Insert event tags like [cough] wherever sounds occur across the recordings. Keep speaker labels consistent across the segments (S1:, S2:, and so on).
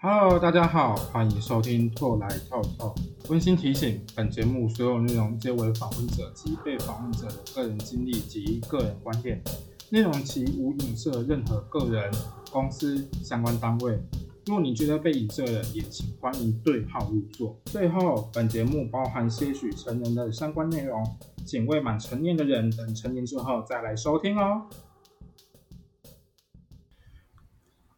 S1: Hello，大家好，欢迎收听《拓来透透》。温馨提醒：本节目所有内容皆为访问者及被访问者的个人经历及个人观点，内容其无影射任何个人、公司、相关单位。若你觉得被影射了，也请欢迎对号入座。最后，本节目包含些许成人的相关内容，请未满成年的人等成年之后再来收听哦。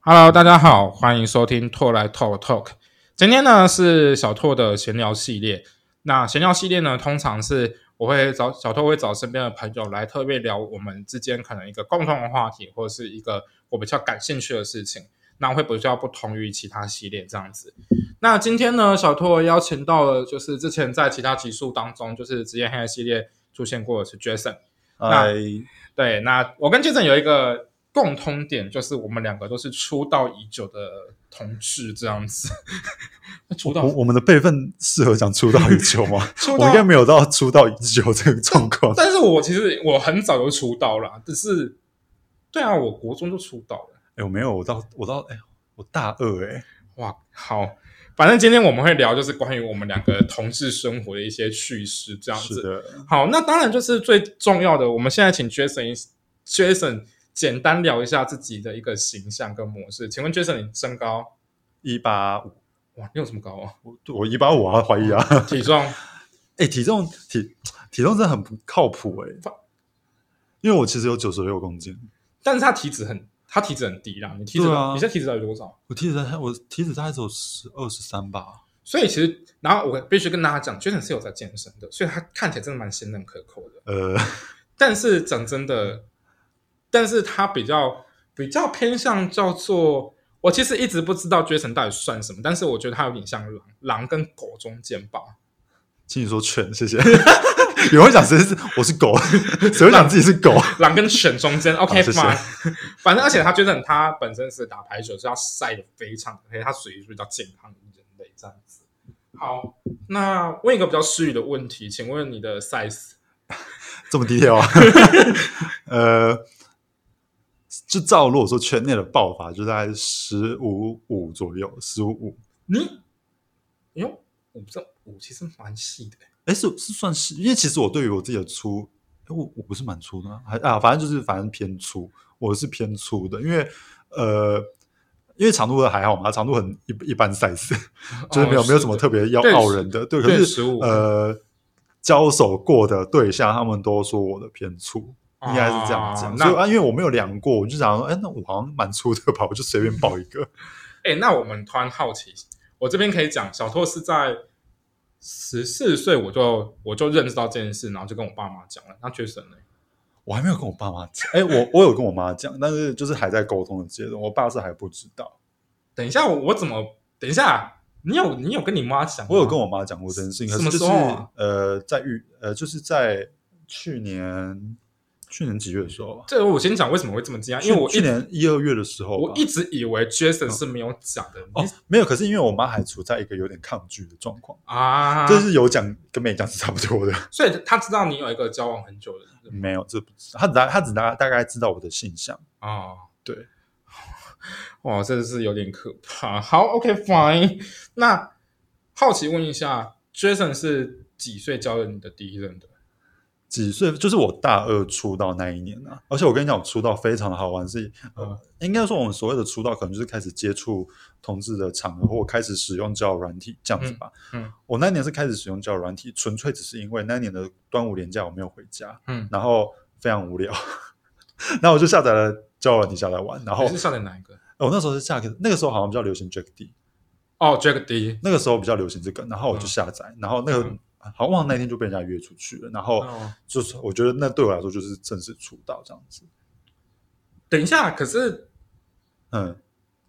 S1: Hello，大家好，欢迎收听拓来 Talk Talk。今天呢是小拓的闲聊系列。那闲聊系列呢，通常是我会找小拓会找身边的朋友来特别聊我们之间可能一个共同的话题，或者是一个我比较感兴趣的事情。那会比较不同于其他系列这样子。那今天呢，小拓邀请到了，就是之前在其他集数当中，就是职业黑暗系列出现过的是 Jason。
S2: 哎，
S1: 对，那我跟 Jason 有一个共通点，就是我们两个都是出道已久的同志，这样子。 [laughs] 出道？
S2: 我我们的辈分适合讲哦 [laughs] 出道已久吗
S1: 出
S2: 我们
S1: 道
S2: 应该没有到出道已久这个状况。 [laughs]
S1: 但是我其实我很早就出道啦，只是对啊，我国中就出道了。
S2: 哎、我没有，我到我到哎、我大二哎、
S1: 哇，好，反正今天我们会聊就是关于我们两个同志生活的一些趣事，这样
S2: 是
S1: 子。
S2: 的，
S1: 好，那当然就是最重要的，我们现在请 Jason Jason 简单聊一下自己的一个形象跟模式。请问 Jason 你身高？
S2: 一八五，
S1: 哇，你有这么高啊？
S2: 我我一八五啊，怀疑啊。
S1: [laughs]
S2: [laughs]
S1: 体重？
S2: 哎、体重体体重真的很不靠谱哎、
S1: 放
S2: 因为我其实有九十六公斤，
S1: 但是他体脂很，他体脂很低啦。你体脂，
S2: 对啊
S1: 你现在体脂到底多少？
S2: 我体脂大概我体脂大概只有十二十三吧。
S1: 所以其实，然后我必须跟大家讲，Jason 是有在健身的，所以他看起来真的蛮鲜嫩可口的。
S2: 呃， [laughs]
S1: 但是讲真的，但是他比较比较偏向叫做，我其实一直不知道 Jason 到底算什么，但是我觉得他有点像狼，狼跟狗中间吧。
S2: 请你说犬，谢 [laughs] 谢。有人会讲谁是我是狗， [laughs] 谁会讲自己是狗？
S1: 狼跟犬中间，OK
S2: 谢谢
S1: 吗？反正而且他觉得他本身是打排球，所以他晒得非常黑，他属于比较健康的人类这样子。好，那问一个比较虚拟的问题，请问你的 size
S2: 这么低调啊？呃，就照如果说圈内的爆发，就在十五五左右，十五五，
S1: 你，哟，我不知道，我其实蛮细的欸，
S2: 哎，是是算是，因为其实我对于我自己的粗，诶我我不是蛮粗的吗？还啊，反正就是反正偏粗，我是偏粗的，因为呃。因为长度的还好嘛，长度很一一般 size，就是没 [laughs] 有、
S1: 哦
S2: 没有什么特别要
S1: 对
S2: 傲人的，对。可
S1: 对
S2: 是
S1: 15
S2: 呃，交手过的对象，他们都说我的偏粗，应该是这样
S1: 啊
S2: 讲。所以
S1: 那
S2: 啊，因为我没有量过，我就想说，哎，那我好像蛮粗的吧，我就随便报一个。
S1: 哎、那我们突然好奇，我这边可以讲，小拓是在十四岁我就我就认识到这件事，然后就跟我爸妈讲了。那 Jason 呢？
S2: 我还没有跟我爸妈讲，哎，我我有跟我妈讲，但是就是还在沟通的阶段，我爸是还不知道。
S1: 等一下，我我怎么？等一下，你有你有跟你妈讲吗？
S2: 我有跟我妈讲过这件事情，可
S1: 什么
S2: 是就是
S1: 时候啊
S2: 呃，在遇呃，就是在去年去年几月的时候吧，
S1: 这我先讲为什么会这么惊讶，因为我
S2: 去去
S1: 一直
S2: 年一二月的时候吧，嗯
S1: 我一直以为 Jason 是没有讲的、
S2: 哦没有，可是因为我妈还处在一个有点抗拒的状况，
S1: 啊，
S2: 就是有讲跟没讲是差不多的。 [laughs]
S1: 所以他知道你有一个交往很久的人
S2: 没有，这不知道，他只大他只大大概知道我的性向。
S1: 哦，
S2: 对，
S1: [laughs] 哇，真的是有点可怕。好，OK，fine、那好奇问一下，Jason 是几岁交了你的第一任的？
S2: 几岁？就是我大二出道那一年啊。而且我跟你讲，我出道非常的好玩，是、呃
S1: 嗯
S2: 应该说我们所谓的出道，可能就是开始接触同志的场合，或开始使用交友软体这样子吧。
S1: 嗯嗯
S2: 我那年是开始使用交友软体，纯粹只是因为那年的端午连假我没有回家，
S1: 嗯，
S2: 然后非常无聊， [laughs] 然后我就下载了交友软体下来玩。然后
S1: 你是上的哪一个？
S2: 呃我那时候是下个，那个时候好像比较流行 Jack D，
S1: 哦，Jack D。
S2: 那个时候比较流行这个，然后我就下载，然后那个、
S1: 嗯
S2: 好像忘了那天就被人家约出去了，然后
S1: 哦
S2: 就是我觉得那对我来说就是正式出道这样子，
S1: 等一下，可是
S2: 嗯。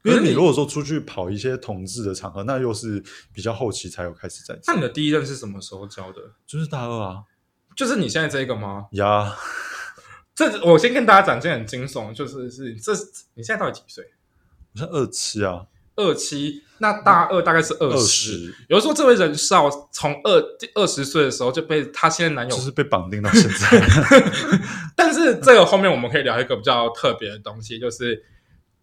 S1: 可
S2: 因
S1: 是
S2: 为你
S1: 你
S2: 如果说出去跑一些同志的场合，那又是比较后期才有开始在，
S1: 那你的第一任是什么时候交的？
S2: 就是大二啊
S1: 就是你现在这个吗？
S2: 呀，
S1: 这我先跟大家讲，这很惊悚，就是是这你现在到底几岁？
S2: 我是二七啊，
S1: 二七，那大二大概是二十。
S2: 二
S1: 哎
S2: 十
S1: 有人说，这位人少从二二十岁的时候就被他现任男友
S2: 就是被绑定到现在， [laughs]
S1: 但是这个后面我们可以聊一个比较特别的东西，就是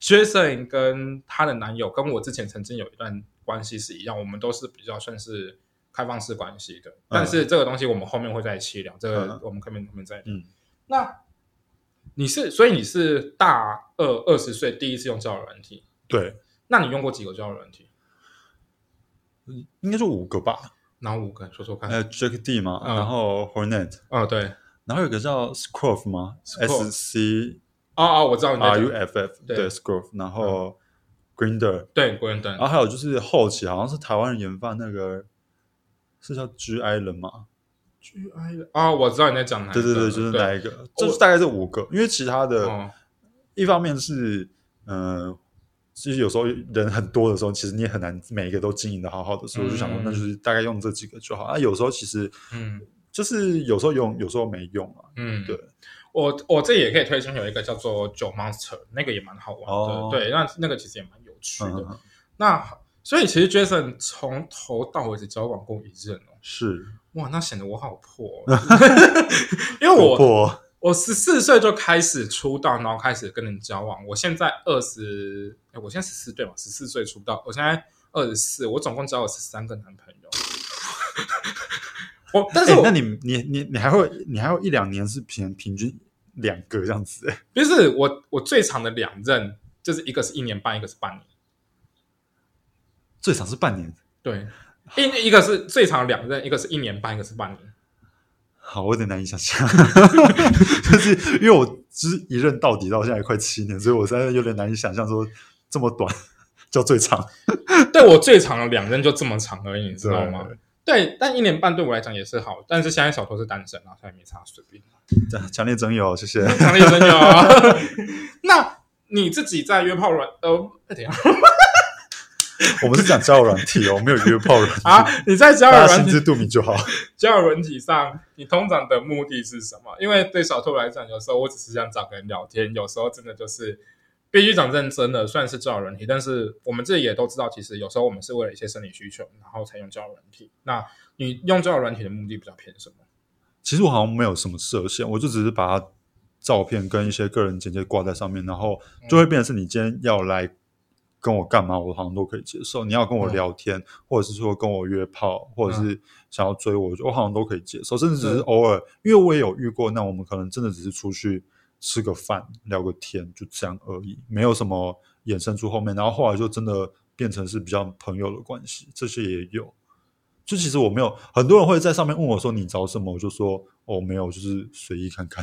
S1: Jason 跟她的男友跟我之前曾经有一段关系是一样，我们都是比较算是开放式关系的。但是这个东西我们后面会再细聊，这个
S2: 嗯
S1: 我们后面后面再聊。
S2: 嗯
S1: 那你是，所以你是大二二十岁第一次用交友软体，
S2: 对，
S1: 那你用过几个交友软体？
S2: 应该就五个吧。
S1: 哪五个？说说看。
S2: 还有 Jack D 嘛，
S1: 嗯
S2: 然后 Hornet，
S1: 哦，对，
S2: 然后有个叫 Scruff 吗
S1: Scruff
S2: ？S C
S1: 哦哦，我知道你在
S2: R
S1: 讲
S2: U F F，
S1: 对嗯
S2: 对 Scruff，然后 Grinder，
S1: 对，国人灯
S2: 然后还有就是后期好像是台湾人研发那个是叫 G I 人嘛？
S1: G I 哦，我知道你在讲哪一个。
S2: 对对对，就是那
S1: 对
S2: 一个，就是大概这五个，因为其他的。
S1: 哦
S2: 一方面是，嗯，其实有时候人很多的时候，其实你也很难每一个都经营的好好的，所以我就想说，
S1: 嗯
S2: 那就是大概用这几个就好。啊，有时候其实
S1: 嗯
S2: 就是有时候用，有时候没用啊。
S1: 嗯，
S2: 对。
S1: 我我这也可以推荐有一个叫做九 Monster，那个也蛮好玩的，
S2: 哦
S1: 对，那那个其实也蛮有趣的。
S2: 嗯，
S1: 那所以其实 Jason 从头到尾只交往过一任哦，
S2: 是，
S1: 哇，那显得我好破、
S2: [laughs]
S1: 哦，因为我
S2: 我
S1: 我十四岁就开始出道，然后开始跟人交往。我现在二十，哎，我现在十四对嘛，十四岁出道，我现在二十四，我总共交了十三个男朋友。 [laughs] 我，但
S2: 但
S1: 是
S2: 是
S1: 我、
S2: 哎那你你你你还会你还有一两年是平平均两个这样子、欸，
S1: 不是我，我最长的两任就是一个是一年半，一个是半年。
S2: 最长是半年。
S1: 对，一一个是最长两任，一个是一年半，一个是半年。
S2: 好，我有点难以想象， [laughs] 就是因为我就是一任到底到现在快七年，所以我现在有点难以想象说这么短叫最长，
S1: 对我最长的两任就这么长而已，你知道吗？对，但一年半对我来讲也是好，但是现在小偷是单身啊，现在没差，随 [laughs] 便。
S2: 对？强烈征友，谢谢。
S1: 强烈征友啊。 [laughs] 那你自己在约炮软呃，哎等一下
S2: 我们是讲交友软体哦，没有约炮软体
S1: 啊，你在交友
S2: 大家
S1: 软
S2: 心知
S1: 体
S2: 肚明就好。
S1: 交友软体上，你通常的目的是什么？因为对小兔来讲，有时候我只是想找个人聊天，有时候真的就是必须讲认真的，虽然是交友软体，但是我们自己也都知道，其实有时候我们是为了一些生理需求，然后才用交友软体。那你用交友软体
S2: [laughs]
S1: 的目的比较偏什么？
S2: 其实我好像没有什么设限，我就只是把它照片跟一些个人简介挂在上面，然后就会变成是你今天要来跟我干嘛，我好像都可以接受。你要
S1: 嗯
S2: 跟我聊天，或者是说跟我约炮，或者是想要追我，我好像都可以接受，甚至只是
S1: 对
S2: 偶尔，因为我也有遇过，那我们可能真的只是出去吃个饭、聊个天，就这样而已，没有什么衍生出后面，然后后来就真的变成是比较朋友的关系，这些也有。就其实我没有，很多人会在上面问我说你找什么，我就说哦没有，就是随意看 [laughs] 看，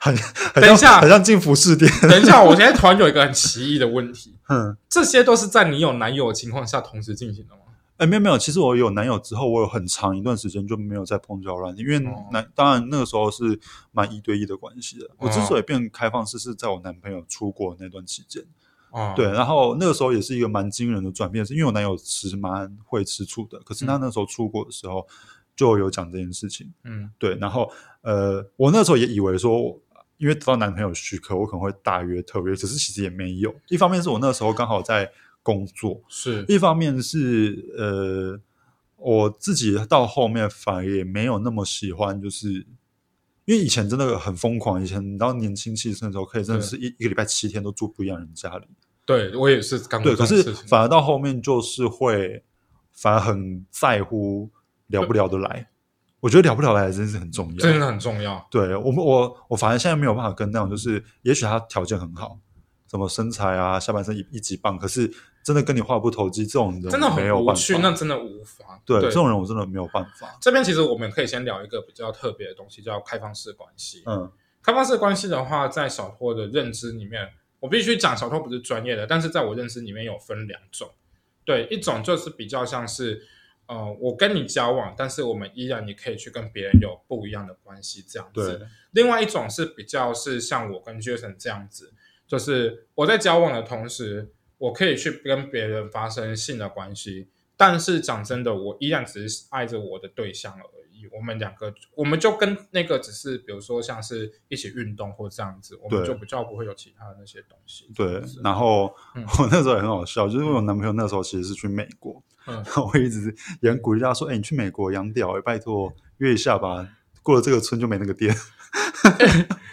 S2: 很很
S1: 等一
S2: 像
S1: 下
S2: 很像进服饰店， [laughs]
S1: 等一下，我现在突然有一个很奇异的问题，
S2: 嗯。
S1: 这些都是在你有男友的情况下同时进行的吗？
S2: 哎，没有没有，其实我有男友之后，我有很长一段时间就没有再碰交友软体，因为
S1: 哦
S2: 男、当然那个时候是蛮一对一的关系的。我之
S1: 哦
S2: 所以变开放式，是在我男朋友出国那段期间。
S1: 哦，
S2: 啊对，然后那个时候也是一个蛮惊人的转变，是因为我男友其实蛮会吃醋的，可是他
S1: 嗯
S2: 那时候出国的时候就有讲这件事情。
S1: 嗯
S2: 对，然后呃，我那时候也以为说，因为得到男朋友许可，我可能会大约特约，只是其实也没有。一方面是我那时候刚好在工作，
S1: 是
S2: 一方面是呃，我自己到后面反而也没有那么喜欢，就是因为以前真的很疯狂，以前你知道年轻气盛的时候，可以真的
S1: 对
S2: 是一一个礼拜七天都住不一样人家里。
S1: 对我也是干过
S2: 对，
S1: 嗯这
S2: 可
S1: 种
S2: 是
S1: 事情。
S2: 反而到后面就是会，反而很在乎聊不聊得来。我觉得聊不聊得来真是很重要，
S1: 真的很重要。
S2: 对我们，我我反正现在没有办法跟那种，就是也许他条件很好，什么身材啊，下半身一一级棒，可是真的跟你话不投机，这种人
S1: 真的
S2: 我没
S1: 很
S2: 有
S1: 无
S2: 办
S1: 趣，
S2: 法。
S1: 那真的无法。
S2: 对
S1: 对
S2: 这种人我真的没有办法。
S1: 这边其实我们可以先聊一个比较特别的东西，叫开放式关系。
S2: 嗯
S1: 开放式关系的话，在小托的认知里面，我必须讲小托不是专业的，但是在我认知里面有分两种，对，一种就是比较像是，呃，我跟你交往，但是我们依然你可以去跟别人有不一样的关系这样子
S2: 对。
S1: 另外一种是比较是像我跟 Jason 这样子，就是我在交往的同时，我可以去跟别人发生性的关系，但是讲真的，我依然只是爱着我的对象而已。我们两个，我们就跟那个只是，比如说像是一起运动或这样子，我们
S2: 对
S1: 就比较不会有其他的那些东西。
S2: 对
S1: 是，
S2: 然后、
S1: 嗯
S2: [laughs] 我那时候也很好笑，就是因为我男朋友那时候其实是去美国，
S1: 嗯
S2: [laughs] 然后我一直也很鼓励他说：“哎、你去美国养屌、哎，拜托约一下吧，过了这个村就没那个店。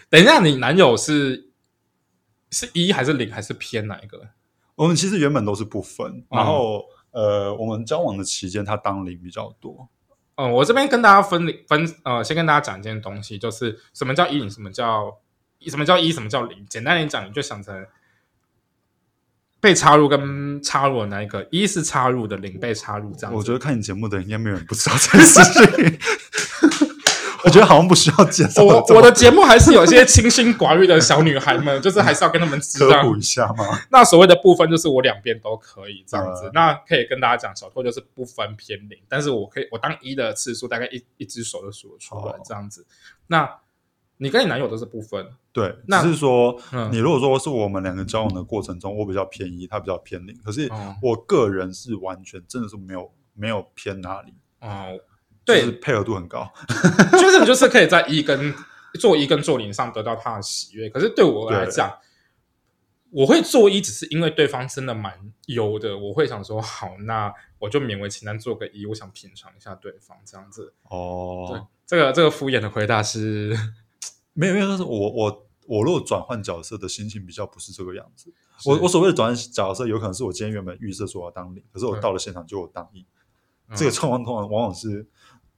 S1: 等一下，你男友是是一还是零还是偏哪一个？
S2: [laughs] 我们其实原本都是不分，
S1: 嗯
S2: 然后、呃，我们交往的期间他当零比较多，
S1: 嗯，我这边跟大家分零分呃，先跟大家讲一件东西，就是什么叫一零，什么叫什么叫一，什么叫零。简单来讲，你就想成被插入跟插入的那一个，一是插入的，零被插入这样
S2: 我
S1: 子。
S2: 觉得看你节目的人应该没有人不知道这件事情，我觉得好像不需要介绍
S1: 我
S2: 这么
S1: 我的节目还是有些清心寡欲的小女孩们，就是还是要跟她们知
S2: 科
S1: 道
S2: 普一下嘛。
S1: 那所谓的不分就是我两边都可以这样子。
S2: 嗯
S1: 那可以跟大家讲，小拓就是不分偏零，但是我可以我当一的次数大概一一只手就数得出来
S2: 哦
S1: 这样子。那你跟你男友都是不分，
S2: 对，
S1: 那
S2: 只是说、
S1: 嗯
S2: 你如果说是我们两个交往的过程中，我比较偏一，他比较偏零，可是
S1: 哦
S2: 我个人是完全真的是没有没有偏哪里，
S1: 哦、
S2: 就是
S1: 对，
S2: 配合度很高。
S1: 确实你就是可以在一跟做一跟做零上得到他的喜悦。可是对我来讲，我会做一只是因为对方真的蛮优的，我会想说好，那我就勉为其难做个一，我想品尝一下对方这样子。对
S2: 哦，，
S1: 这个这个敷衍的回答是。
S2: 没有没有，但是我我我如果转换角色的心情比较不是这个样子。我
S1: 是
S2: 我所谓的转换角色，有可能是我今天原本预设说我要当零，可是我
S1: 嗯
S2: 到了现场就我当一、
S1: 嗯
S2: 这个状况通常往往是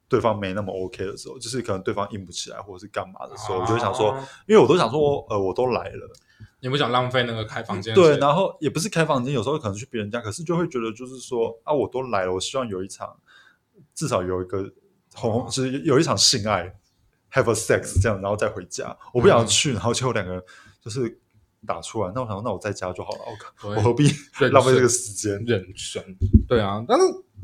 S2: 对方没那么 OK 的时候，就是可能对方硬不起来或者是干嘛的时候，我就会想说，
S1: 哦
S2: 因为我都想说，呃，我都来了，
S1: 你不想浪费那个开房间的时
S2: 对，
S1: 间？
S2: 然后也不是开房间，有时候可能去别人家，可是就会觉得就是说啊，我都来了，我希望有一场至少有一个红，
S1: 哦
S2: 就是有一场性爱，have a sex 这样，然后再回家。我不想去，然后结果两个人就是打出来，那我想说那我在家就好了，我靠，
S1: 对
S2: 我何必
S1: 对
S2: 浪费这个时间？
S1: 人生，对啊。但是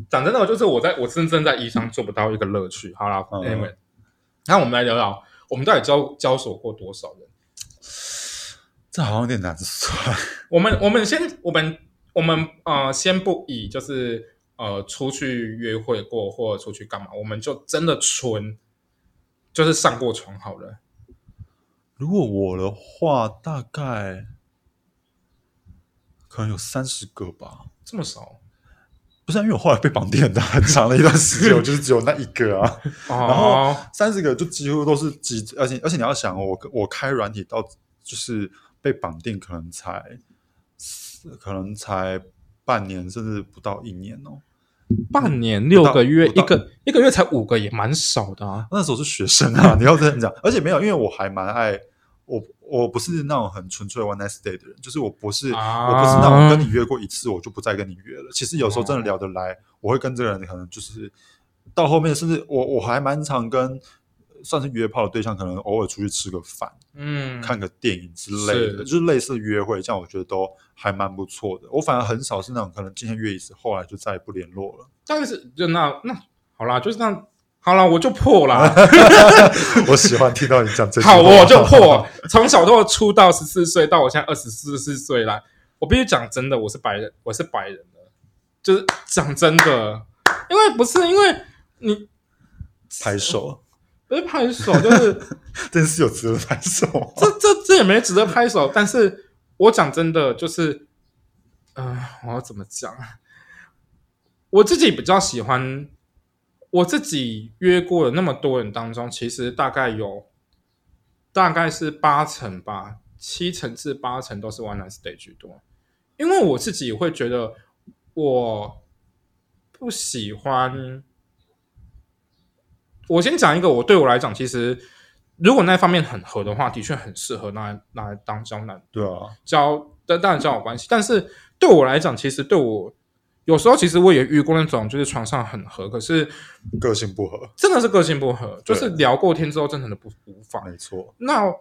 S1: 讲真的，就是我在我真正在医上做不到一个乐趣。好啦
S2: 嗯
S1: ，Anyway，那我们来聊聊，我们到底交交手过多少人？
S2: [laughs] 这好像有点难算。
S1: 我们我们先我们我们呃，先不以就是呃出去约会过或者出去干嘛，我们就真的纯就是上过床好了。
S2: 如果我的话，大概可能有三十个吧。
S1: 这么少
S2: 不是啊、因为我后来被绑定很大很长的一段时间，我就是只有那一个啊。然后
S1: 哦，
S2: 三十个就几乎都是几，而且而且你要想哦，我我开软体到就是被绑定，可能才可能才半年，甚至不到一年哦。
S1: 半年六个月，
S2: 不
S1: 一
S2: 到
S1: 个一个月才五个，也蛮少的啊。
S2: 那时候是学生啊，你要这样讲，而且没有，因为我还蛮爱我，我不是那种很纯粹 one night stay 的人，就是我不是、
S1: 啊
S2: 我不是那种跟你约过一次我就不再跟你约了。其实有时候真的聊得来，我会跟这个人可能就是到后面，甚至我我还蛮常跟算是约炮的对象，可能偶尔出去吃个饭。
S1: 嗯，
S2: 看个电影之类的，
S1: 是
S2: 就是类似约会，这样我觉得都还蛮不错的。我反而很少是那种可能今天约一次，后来就再也不联络了。 [laughs]
S1: 但是就那那好啦，就是那样好啦，我就破啦，
S2: 我喜欢听到你讲这句话，
S1: 好我就破。从小到出道十四岁，到我现在二十四四岁啦，我必须讲真的，我是白人，我是白人的，就是讲真的，因为不是因为你
S2: 拍手， [laughs]
S1: 不是拍手，就是
S2: 真是有值得拍手啊吗。
S1: 这这这也没值得拍手，但是我讲真的，就是，嗯、我要怎么讲啊？我自己比较喜欢，我自己约过的那么多人当中，其实大概有大概是八成吧，七成至八成都是 one night stay 居多，因为我自己会觉得我不喜欢。我先讲一个，我对我来讲，其实如果那方面很合的话，的确很适合拿来拿来当交男
S2: 对啊，
S1: 交，但当然交友关系。但是对我来讲，其实对我有时候其实我也遇过那种就是床上很合，可是
S2: 个性不合，
S1: 真的是个性不合，就
S2: 对
S1: 是聊过天之后真的不无法。
S2: 没错。
S1: 那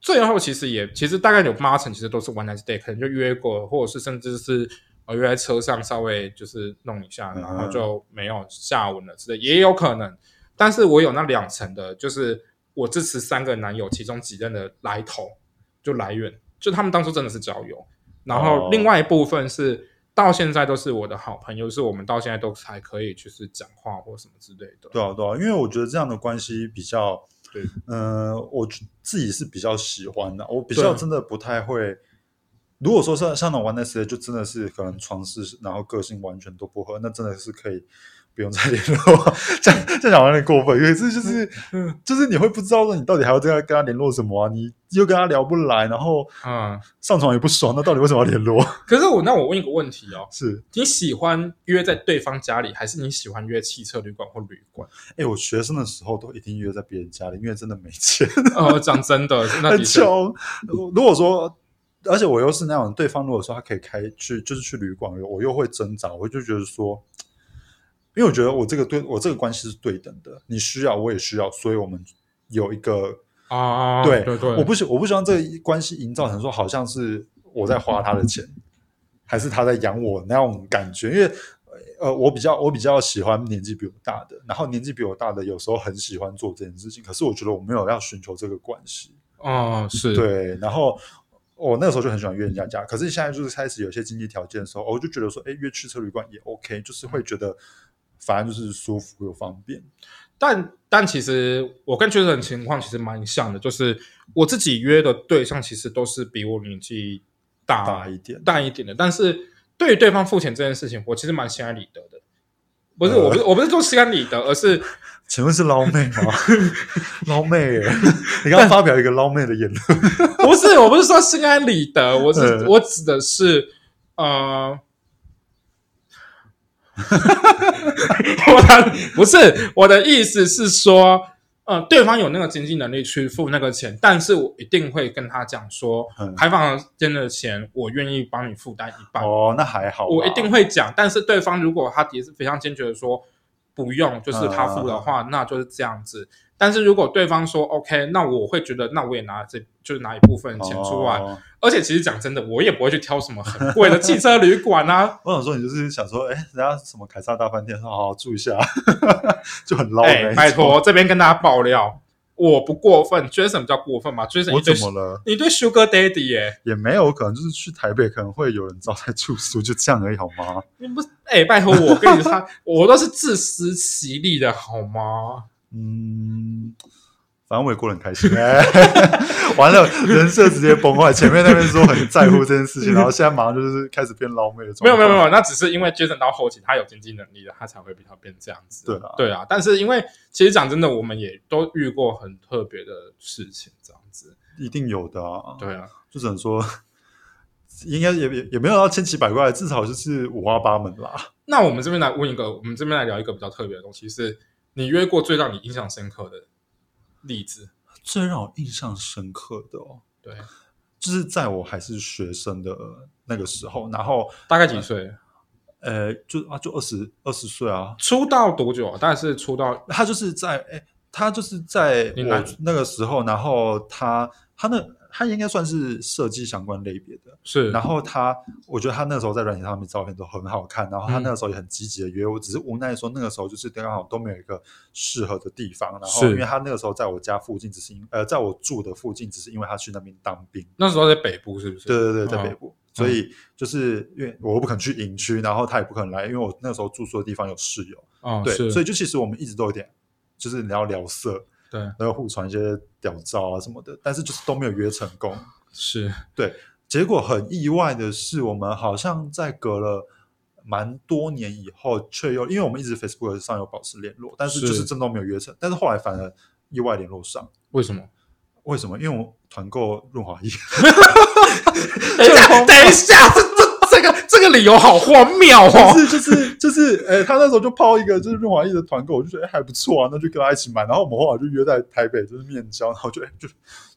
S1: 最后其实也其实大概有八成其实都是 one night stay，可能就约过，或者是甚至是呃约在车上稍微就是弄一下，
S2: 嗯
S1: 然后就没有下文了之类，也有可能。但是我有那两成的，就是我支持三个男友，其中几任的来头就来源，就他们当初真的是交友，然后
S2: 哦
S1: 另外一部分是。到现在都是我的好朋友，是我们到现在都还可以就是讲话或什么之类的。
S2: 对啊，对啊，因为我觉得这样的关系比较，
S1: 对，
S2: 呃，我自己是比较喜欢的，我比较
S1: 对啊
S2: 真的不太会。如果说像像那种 one night stay，就真的是可能床事，然后个性完全都不合，那真的是可以不用再联络，这样这样讲有点过分，可是
S1: [laughs]
S2: 就是
S1: 嗯
S2: 就是你会不知道说你到底还要跟他跟他联络什么啊？你又跟他聊不来，然后
S1: 嗯，
S2: 上床也不爽，那到底为什么要联络？ [laughs]
S1: 可是我那我问一个问题哦，
S2: 是，
S1: 你喜欢约在对方家里，还是你喜欢约汽车旅馆或旅
S2: [laughs]
S1: 馆？
S2: 哎、我学生的时候都一定约在别人家里，因为真的没钱，
S1: 呃，讲真的，那
S2: 很
S1: 的确，
S2: 穷。如果说，而且我又是那种对方，如果说他可以开去，就是去旅馆，我又会挣扎，我就觉得说，因为我觉得我这个对我这个关系是对等的，你需要我也需要，所以我们有一个
S1: 啊，
S2: 对
S1: 对对，
S2: 我不喜我不希望这个关系营造成说好像是我在花他的钱，还是他在养我那种感觉。因为呃，我比较我比较喜欢年纪比我大的，然后年纪比我大的有时候很喜欢做这件事情，可是我觉得我没有要寻求这个关系。
S1: 哦，是，
S2: 对，然后我那个时候就很喜欢约人家家，可是现在就是开始有些经济条件的时候，哦我就觉得说，哎，约去车旅馆也 OK，就是
S1: 嗯
S2: 会觉得反正就是舒服又方便。
S1: 但但其实我跟确诊情况其实蛮像的，就是我自己约的对象其实都是比我年纪大
S2: 大一点
S1: 大一点的，但是对于对方付钱这件事情，我其实蛮心安理得的。不是，我不是，我不是说心安理得，而是
S2: 请问是捞妹
S1: [laughs]
S2: 吗？捞妹耶，你刚刚发表一个捞妹的言论。
S1: 不是，我不是说心安理
S2: [laughs]
S1: 得，我是
S2: 嗯
S1: 我指的是
S2: [laughs]
S1: 呃，我的不是我的意思是说，呃，对方有那个经济能力去付那个钱，但是我一定会跟他讲说，
S2: 嗯
S1: 开房间的钱我愿意帮你负担一半，
S2: 哦，那还好吧，
S1: 我一定会讲。但是对方如果他也是非常坚决的说不用，就是他付的
S2: 嗯
S1: 话，那就是这样子。但是如果对方说 OK，那我会觉得那我也拿这就是拿一部分钱出来，
S2: 哦
S1: 而且其实讲真的，我也不会去挑什么很贵的汽车旅馆啊
S2: [laughs] 。我想说，你就是想说，哎，人家什么凯撒大饭店，好好住一下，就很捞
S1: 哎、
S2: 的那一种
S1: 拜，托，这边跟大家爆料，我不过分。Jason 比较过分嘛？Jason
S2: 我
S1: 你对
S2: 怎么了？
S1: 你对 Sugar Daddy 耶、
S2: 也没有，可能就是去台北，可能会有人招待住宿，就这样而已，好吗？
S1: 你不是哎、拜托我跟你说， [laughs] 我都是自食其力的好吗？
S2: 嗯，反正我也过得很开心。 [laughs] 哎完了，人设直接崩坏。前面那边说很在乎这件
S1: [laughs]
S2: 事情，然后现在马上就是开始变捞妹的状
S1: 没有
S2: 况。
S1: 没有没有，那只是因为 Jason 到后期他有经济能力了，他才会比较变这样子。
S2: 对啊
S1: 对啊。但是因为其实讲真的，我们也都遇过很特别的事情，这样子。
S2: 一定有的啊。
S1: 对啊，
S2: 就只能说，应该也也也没有到千奇百怪，至少就是五花八门啦。
S1: 那我们这边来问一个，我们这边来聊一个比较特别的东西，是你约过最让你印象深刻的例子。
S2: 最让我印象深刻的哦，
S1: 对，
S2: 就是在我还是学生的那个时候，然后
S1: 大概几岁？
S2: 呃，就啊，就二十二十岁啊，
S1: 出道多久啊？大概是出道
S2: 他就是在哎，他就是在
S1: 你哪
S2: 我那个时候，然后他他那他应该算是设计相关类别的，
S1: 是，
S2: 然后他，我觉得他那时候在软件上面照片都很好看，然后他
S1: 嗯
S2: 那个时候也很积极的约我，只是无奈说那个时候就是刚好都没有一个适合的地方，然后
S1: 是
S2: 因为他那个时候在我家附近，只是因呃在我住的附近，只是因为他去那边当兵，
S1: 那时候在北部是不是？
S2: 对对对，在北
S1: 嗯
S2: 部，所以就是因为我又不肯去营区，然后他也不肯来，因为我那时候住宿的地方有室友，
S1: 哦，
S2: 对，
S1: 是，
S2: 所
S1: 以
S2: 以就其实我们一直都有点就是你要聊色，
S1: 对
S2: 然后互传一些屌照啊什么的，但是就是都没有约成功。
S1: 是，
S2: 结果很意外的是，我们好像在隔了蛮多年以后，却又因为我们一直 Facebook 上有保持联络，但是
S1: 是
S2: 就是真的都没有约成，但是后来反而意外联络上。
S1: 为什么？
S2: 为什么？因为我团购润滑液，
S1: 等一下，等一下，这这这个这个理由好荒谬哦！
S2: 是就是就是，呃、他那时候就抛一个就是润滑液的团购，我就觉得、哎还不错啊，那就跟他一起买。然后我们后来就约在台北，就是面交，然后就、哎就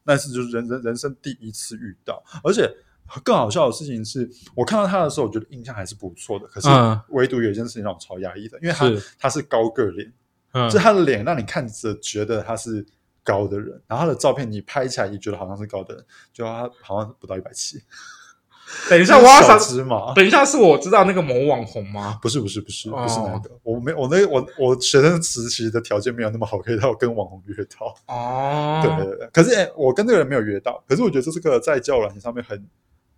S2: 那次就是人人人生第一次遇到，而且更好笑的事情是我看到他的时候，我觉得印象还是不错的，可是
S1: 嗯
S2: 唯独有一件事情让我超压抑的，因为他
S1: 是
S2: 他是高个脸，
S1: 嗯
S2: 就他的脸让你看着觉得他是高的人，然后他的照片你拍起来也觉得好像是高的人，就他好像不到一百七。
S1: 等一
S2: 你
S1: 下，我要
S2: 小
S1: 想，
S2: 芝麻，
S1: 等一下，是我知道那个某网红吗？
S2: 不是不是不是
S1: 哦
S2: 不是那个，我没我那我我学生时期的条件没有那么好，可以到跟网红约到。
S1: 哦，
S2: 对对对，可是、哎，我跟这个人没有约到，可是我觉得这是个在交友软件上面很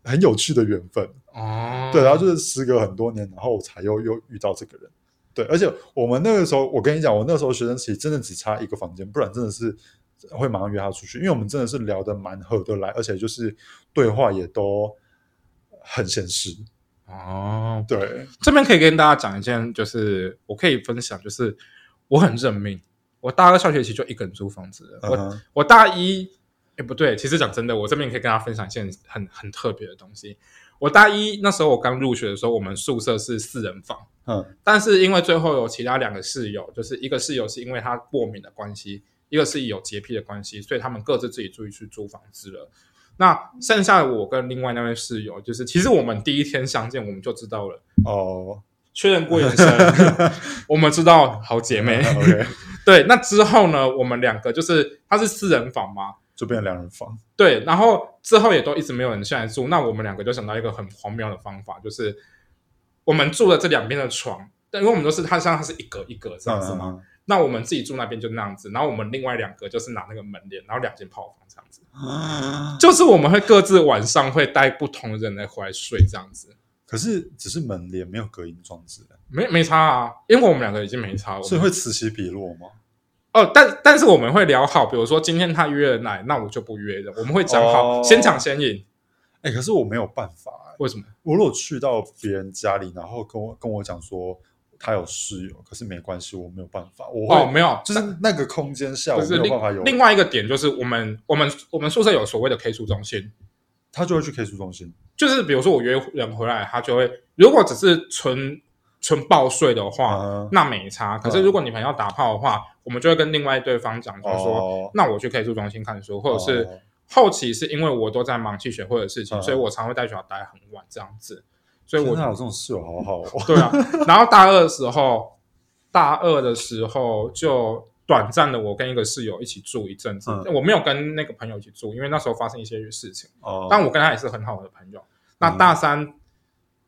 S2: 很有趣的缘分。
S1: 哦，
S2: 对，然后就是时隔很多年，然后我才又又遇到这个人。对，而且我们那个时候，我跟你讲，我那时候学生时期真的只差一个房间，不然真的是会马上约他出去，因为我们真的是聊得蛮合得来，而且就是对话也都很现实。
S1: 哦，
S2: 对，
S1: 这边可以跟大家讲一件，就是我可以分享，就是我很认命。我大二下学期就一个人租房子了，
S2: 嗯
S1: 我
S2: 哼
S1: 我大一，哎不对，其实讲真的，我这边可以跟大家分享一件很很特别的东西。我大一那时候我刚入学的时候，我们宿舍是四人房， [laughs]
S2: 嗯
S1: 但是因为最后有其他两个室友，就是一个室友是因为他过敏的关系，一个是有洁癖的关系，所以他们各自自己出去去租房子了。那剩下的我跟另外那位室友，就是其实我们第一天相见我们就知道了，
S2: 哦
S1: 确认过眼神，我们知道好姐妹。
S2: ，OK，
S1: 对，那之后呢，我们两个就是它是四人房嘛，
S2: 就变成两人房，
S1: 对，然后之后也都一直没有人下来住，那我们两个就想到一个很荒谬的方法，就是我们住的这两边的床，但因为我们都是它像它是一格一格这样子嘛，
S2: 嗯
S1: 那我们自己住那边就那样子，然后我们另外两个就是拿那个门帘，然后两间炮房这样子，
S2: 嗯
S1: [laughs] 就是我们会各自晚上会带不同的人来回来睡这样子，
S2: 可是只是门帘没有隔音装置，
S1: 没没差啊，因为我们两个已经没差，我们
S2: 所以会此起彼落吗？
S1: 哦，但但是我们会聊好，比如说今天他约了奶，那我就不约了，我们会讲好，
S2: 哦
S1: 先抢先赢。
S2: 哎、可是我没有办法、欸，
S1: 为什么？
S2: 我如果去到别人家里，然后跟我跟我讲说他有室友，可是没关系，我没有办法，我会、
S1: 哦，没有，
S2: 就是那个空间下
S1: 不
S2: 我
S1: 是
S2: 没有办法有
S1: 另，另外一个点就是我们我们我们宿舍有所谓的 K 书中心，
S2: 他就会去 K 书中心，
S1: 就是比如说我约人回来，他就会如果只是纯纯报税的话，
S2: 嗯
S1: 那没差。可是
S2: 嗯
S1: 如果你朋友打炮的话，我们就会跟另外对方讲，就是说、
S2: 哦，
S1: 那我去 K 书中心看书，或者是、
S2: 哦
S1: 后期是因为我都在忙去学会的事情，
S2: 嗯
S1: 所以我常会带学校待很晚这样子，所以
S2: 天
S1: 我
S2: 哪，有这种室友好好哦，
S1: 对啊，然后大二的时候，大二的时候就短暂的我跟一个室友一起住一阵子，
S2: 嗯
S1: 我没有跟那个朋友一起住，因为那时候发生一些事情，
S2: 哦嗯
S1: 但我跟他也是很好的朋友。那大三、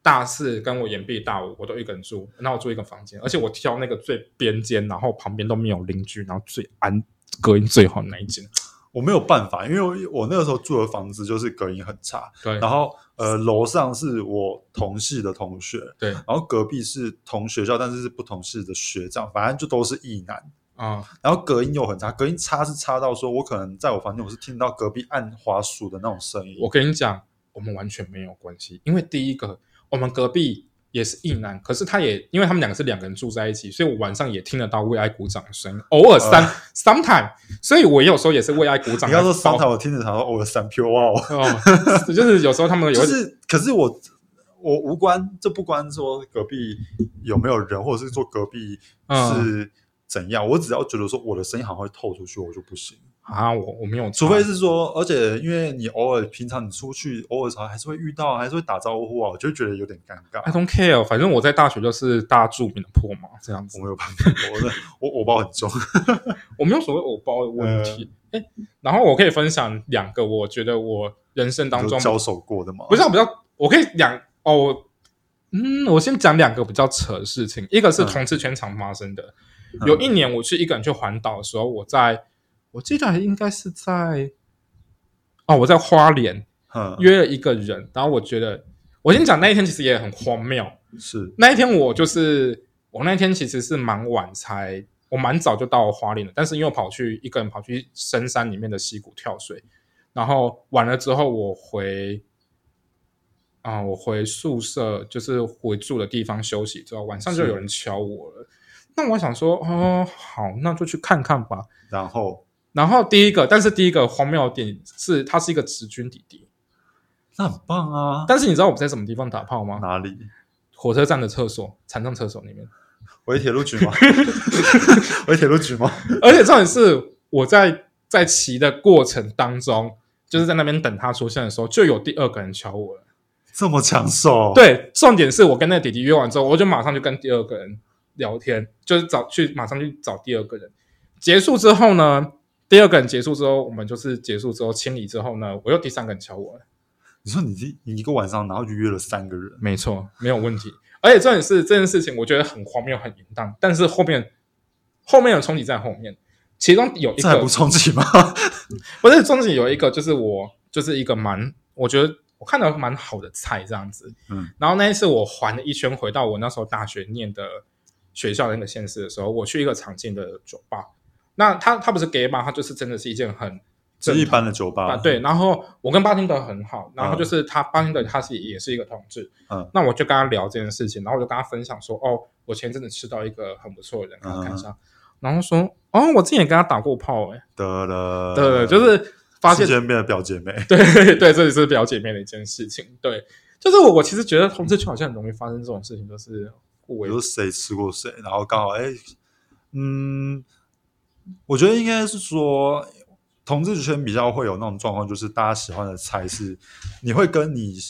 S1: 大四跟我延毕大五，我都一个人住，那我住一个房间，而且我挑那个最边间，然后旁边都没有邻居，然后最安隔音最好的那一间。
S2: 我没有办法，因为我我那个时候住的房子就是隔音很差，
S1: 对
S2: 然后呃楼上是我同系的同学，
S1: 对
S2: 然后隔壁是同学校，但是是不同系的学长，反正就都是异男，
S1: 啊、
S2: 然后隔音又很差，隔音差是差到说我可能在我房间我是听到隔壁按滑鼠的那种声音，
S1: 我跟你讲，我们完全没有关系，因为第一个，我们隔壁也是一男，可是他也因为他们两个是两个人住在一起，所以我晚上也听得到为爱鼓掌的
S2: [laughs]
S1: 声音，偶尔三、sometime，所以我有时候也是为爱鼓掌。
S2: 你要说
S1: 还
S2: 商
S1: 是
S2: 场，我听着想说我的三 P 哇，哦
S1: 哦，就是有时候他 [laughs] 们有、
S2: 就是可是我我无关，这不关说隔壁有没有人，或者是说隔壁
S1: 嗯
S2: 是怎样，我只要觉得说我的声音好像会透出去，我就不行。
S1: 啊，我我没有差，
S2: 除非是说，而且因为你偶尔平常你出去，偶尔还是会遇到，还是会打招呼啊，我就觉得有点尴尬。
S1: I don't care，反正我在大学就是大著名的破嘛，这样子
S2: 我，没有办法，我的我我包很重。
S1: 我没有所谓偶包的问题。
S2: 呃
S1: 哎、然后我可以分享两个，我觉得我人生当
S2: 你
S1: 中
S2: 有交手过的嘛，
S1: 不是我比较，我可以讲哦，我嗯，我先讲两个比较扯的事情，一个是同志圈常发生的，
S2: 嗯
S1: 有一年我去一个人去环岛的时候，我在我记得应该是在哦，我在花莲
S2: 嗯，
S1: 约了一个人，然后我觉得我先讲那一天其实也很荒谬，
S2: 是
S1: 那一天我就是呃我那天其实是蛮晚才。我蛮早就到花莲了，但是因为我跑去一个人跑去深山里面的溪谷跳水，然后完呃了之后我回啊、我回宿舍就是回住的地方休息之后，晚上就是有人敲我了。那我想说，哦，好，那就去看看吧。
S2: 然后
S1: 然后第一个，但是第一个荒谬的点是，他是一个直军弟弟。
S2: 那很棒啊。
S1: 但是你知道我们在什么地方打炮吗？
S2: 哪里？
S1: 火车站的厕所，残障厕所里面。
S2: 我是铁路局
S1: [laughs]
S2: 吗？我是铁路局吗？
S1: 而且重点是，我在在骑的过程当中，就是在那边等他出现的时候，就有第二个人敲我了。
S2: 这么抢手？，
S1: 对，重点是我跟那个弟弟约完之后，我就马上就跟第二个人聊天，就是找去马上去找第二个人。结束之后呢，第二个人结束之后，我们就是结束之后清理之后呢，我又第三个人敲我了。
S2: 你说你一你一个晚上，然后就约了三个人，
S1: 没错，没有问题。而且重点是这件事情，我觉得很荒谬、很淫荡，但是后面后面有冲击在后面，其中有一
S2: 这还
S1: 个
S2: 不冲击吗？ [laughs]
S1: 不是中景有一个，就是我就是一个蛮，我觉得我看到蛮好的菜这样子。
S2: 嗯，
S1: 然后那一次我环了一圈回到我那时候大学念的学校的那个县市的时候，我去一个常见的酒吧，那它它不是 gay 吧，它就是真的是一间很
S2: 是一般的酒吧
S1: 啊，，对，然后我跟巴金德很好，然后就是他、巴金德他是也是一个同志，
S2: 嗯，
S1: 那我就跟他聊这件事情，然后我就跟他分享说，哦，我前阵子吃到一个很不错的人，给
S2: 嗯
S1: 他看一下，然后说，哦，我之前也跟他打过炮、欸，哎、
S2: 得了，
S1: 对，就是发现
S2: 瞬，间变成表姐妹，
S1: 对 [laughs] 对，这里是表姐妹的一件事情，对，就是我我其实觉得同志圈好像很容易发生这种事情，就是互
S2: 我
S1: 为
S2: 说谁吃过谁，然后刚好哎、嗯，我觉得应该是说同志圈比较会有那种状况，就是大家喜欢的菜是，你会跟你、
S1: 嗯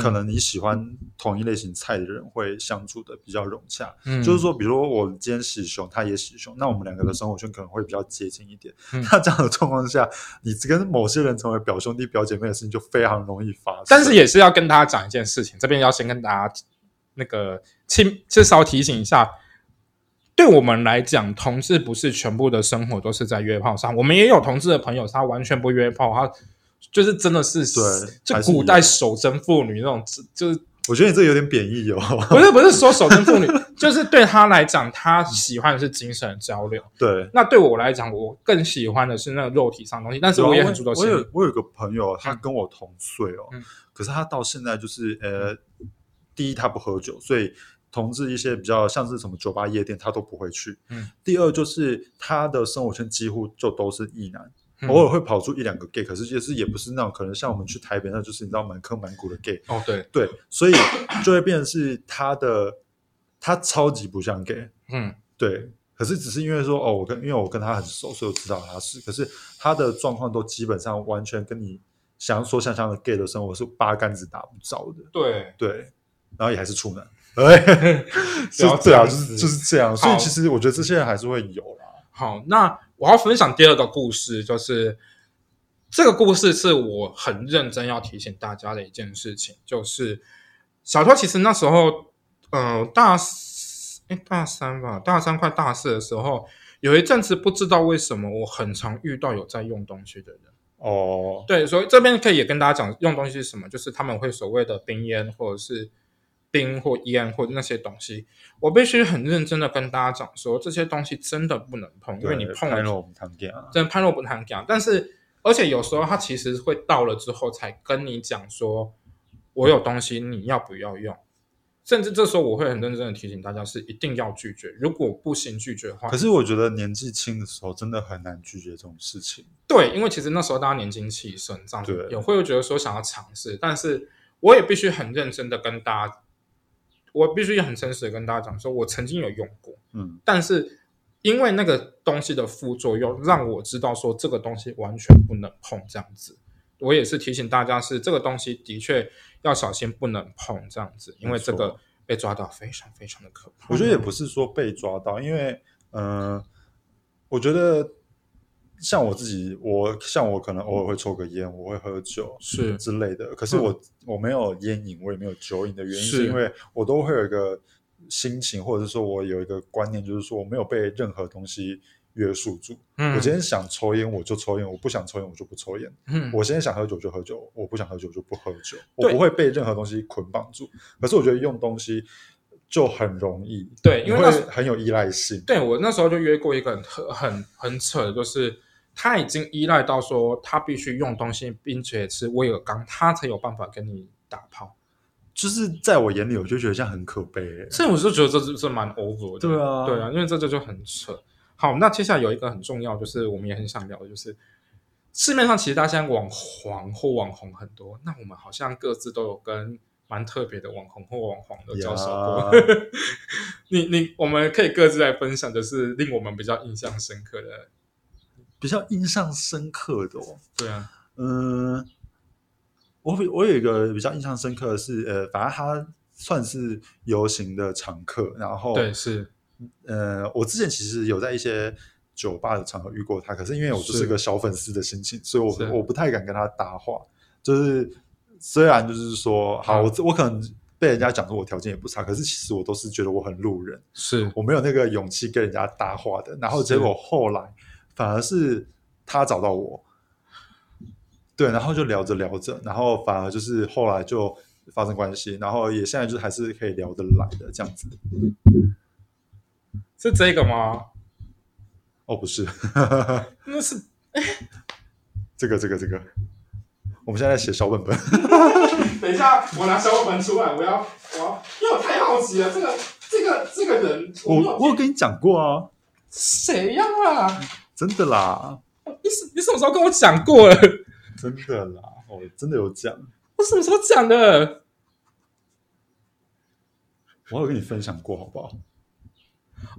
S2: 可能你喜欢同一类型菜的人会相处的比较融洽。
S1: 嗯
S2: 就是说，比如说我今天喜熊，他也喜熊，那我们两个的生活圈可能会比较接近一点。
S1: 嗯
S2: 那这样的状况下，你跟某些人成为表兄弟、表姐妹的事情就非常容易发生。
S1: 但是也是要跟大家讲一件事情，这边要先跟大家那个轻至少提醒一下，对我们来讲，同志不是全部的生活都是在约炮上，我们也有同志的朋友，他完全不约炮，他就是真的是
S2: 对
S1: 就
S2: 还是
S1: 古
S2: 有
S1: 代守贞妇女那种，
S2: [laughs]
S1: 就是
S2: 我觉得你这有点贬义哦。 [laughs]
S1: 不是不是说守贞妇女，就是对他来讲，他喜欢的是精神交流。
S2: 对，
S1: 那对我来讲，我更喜欢的是那个肉体上的东西，但是
S2: 对啊
S1: 我也很注重
S2: 我
S1: 心理
S2: 有我有个朋友，啊他跟我同岁哦，
S1: 嗯
S2: 可是他到现在就是呃，第一他不喝酒，所以同志一些比较像是什么酒吧、夜店，他都不会去。
S1: 嗯，
S2: 第二就是他的生活圈几乎就都是异男，
S1: 嗯
S2: 偶尔会跑出一两个 gay，可是就是也不是那种可能像我们去台北那，就是你知道满坑满谷的 gay，
S1: 哦，对，
S2: 对，所以就会变成是他的他超级不像 gay，
S1: 嗯
S2: 对，可是只是因为说哦，我跟因为我跟他很熟，所以我知道他是，可是他的状况都基本上完全跟你想所想象的 gay 的生活是八竿子打不着的，
S1: 对，
S2: 对，然后也还是处男， [laughs] 哎，是
S1: 了解
S2: 对啊，就是就是这样，所以
S1: 好
S2: 其实我觉得这些人还是会有啦，
S1: 好，那我要分享第二个故事，就是这个故事是我很认真要提醒大家的一件事情，就是小托其实那时候，嗯、大四诶大三吧，大三快大四的时候，有一阵子不知道为什么我很常遇到有在用东西的人。
S2: 哦，
S1: 对，所以这边可以也跟大家讲用东西是什么，就是他们会所谓的冰烟或者是冰或烟或者那些东西，我必须很认真的跟大家讲说，这些东西真的不能碰，因为你碰
S2: 了
S1: 了
S2: 我们堂弟啊，
S1: 真的判若不谈讲，但是而且有时候他其实会到了之后才跟你讲说，我有东西你要不要用，甚至这时候我会很认真的提醒大家是一定要拒绝，如果不行拒绝的话，
S2: 可是我觉得年纪轻的时候真的很难拒绝这种事情，
S1: 对，因为其实那时候大家年轻气盛，这样子
S2: 对
S1: 也会觉得说想要尝试，但是我也必须很认真的跟大家，我必须很诚实的跟大家讲说，我曾经有用过，
S2: 嗯，
S1: 但是因为那个东西的副作用，让我知道说这个东西完全不能碰这样子。我也是提醒大家是，这个东西的确要小心，不能碰这样子，因为这
S2: 没
S1: 个
S2: 错
S1: 被抓到非常非常的可怕。
S2: 我觉得也不是说被抓到，因为嗯，我觉得像我自己，我像我可能偶尔会抽个烟，我会喝酒
S1: 是嗯
S2: 之类的。可是我、我没有烟瘾，我也没有酒瘾的原因，
S1: 是
S2: 是因为我都会有一个心情，或者是说我有一个观念，就是说我没有被任何东西约束住。
S1: 嗯，
S2: 我今天想抽烟，我就抽烟；我不想抽烟，我就不抽烟。
S1: 嗯
S2: 我现在想喝酒就喝酒，我不想喝酒就不喝酒，我
S1: 对
S2: 不会被任何东西捆绑住。可是我觉得用东西就很容易，
S1: 对因为
S2: 你
S1: 那
S2: 会
S1: 时
S2: 很有依赖性。
S1: 对我那时候就约过一个很很很扯的，就是他已经依赖到说他必须用东西，并且是威尔刚，他才有办法跟你打炮。
S2: 就是在我眼里，我就觉得这样很可悲、欸。
S1: 所以我就觉得这这这蛮 over 的。
S2: 对啊
S1: 对啊，因为这这就很扯。好，那接下来有一个很重要，就是我们也很想聊的，就是市面上其实大家现在网黄或网红很多，那我们好像各自都有跟蛮特别的网红或网黄的交手过。
S2: 呀
S1: [laughs] 你你，我们可以各自来分享，就是令我们比较印象深刻的。
S2: 比较印象深刻的哦，
S1: 对啊，
S2: 嗯，我比我有一个比较印象深刻的是，呃，反正他算是游行的常客，然后
S1: 对，是，
S2: 呃，我之前其实有在一些酒吧的场合遇过他，可是因为我就是是个小粉丝的心情，所以
S1: 是
S2: 我我不太敢跟他搭话。就是虽然就是说，
S1: 嗯
S2: 好，我我可能被人家讲说我条件也不差，可是其实我都是觉得我很路人，
S1: 是，
S2: 我没有那个勇气跟人家搭话的。然后结
S1: 是
S2: 果后来反而是他找到我，对，然后就聊着聊着，然后反而就是后来就发生关系，然后也现在就是还是可以聊得来的这样子。
S1: 是这个吗？
S2: 哦，不是。
S1: 那是，哎
S2: 这个这个这个，我们现在在写小本本，
S1: 等一下，我拿小本本出来，我要我要，因为我太好奇了，这个这个这个人，没有
S2: 我我有跟你讲过啊，
S1: 谁呀、啊？
S2: 真的啦，
S1: 你什你什么时候跟我讲过了？
S2: 真的啦，我真的有讲，
S1: 我什么时候讲的？
S2: 我有跟你分享过，好不好？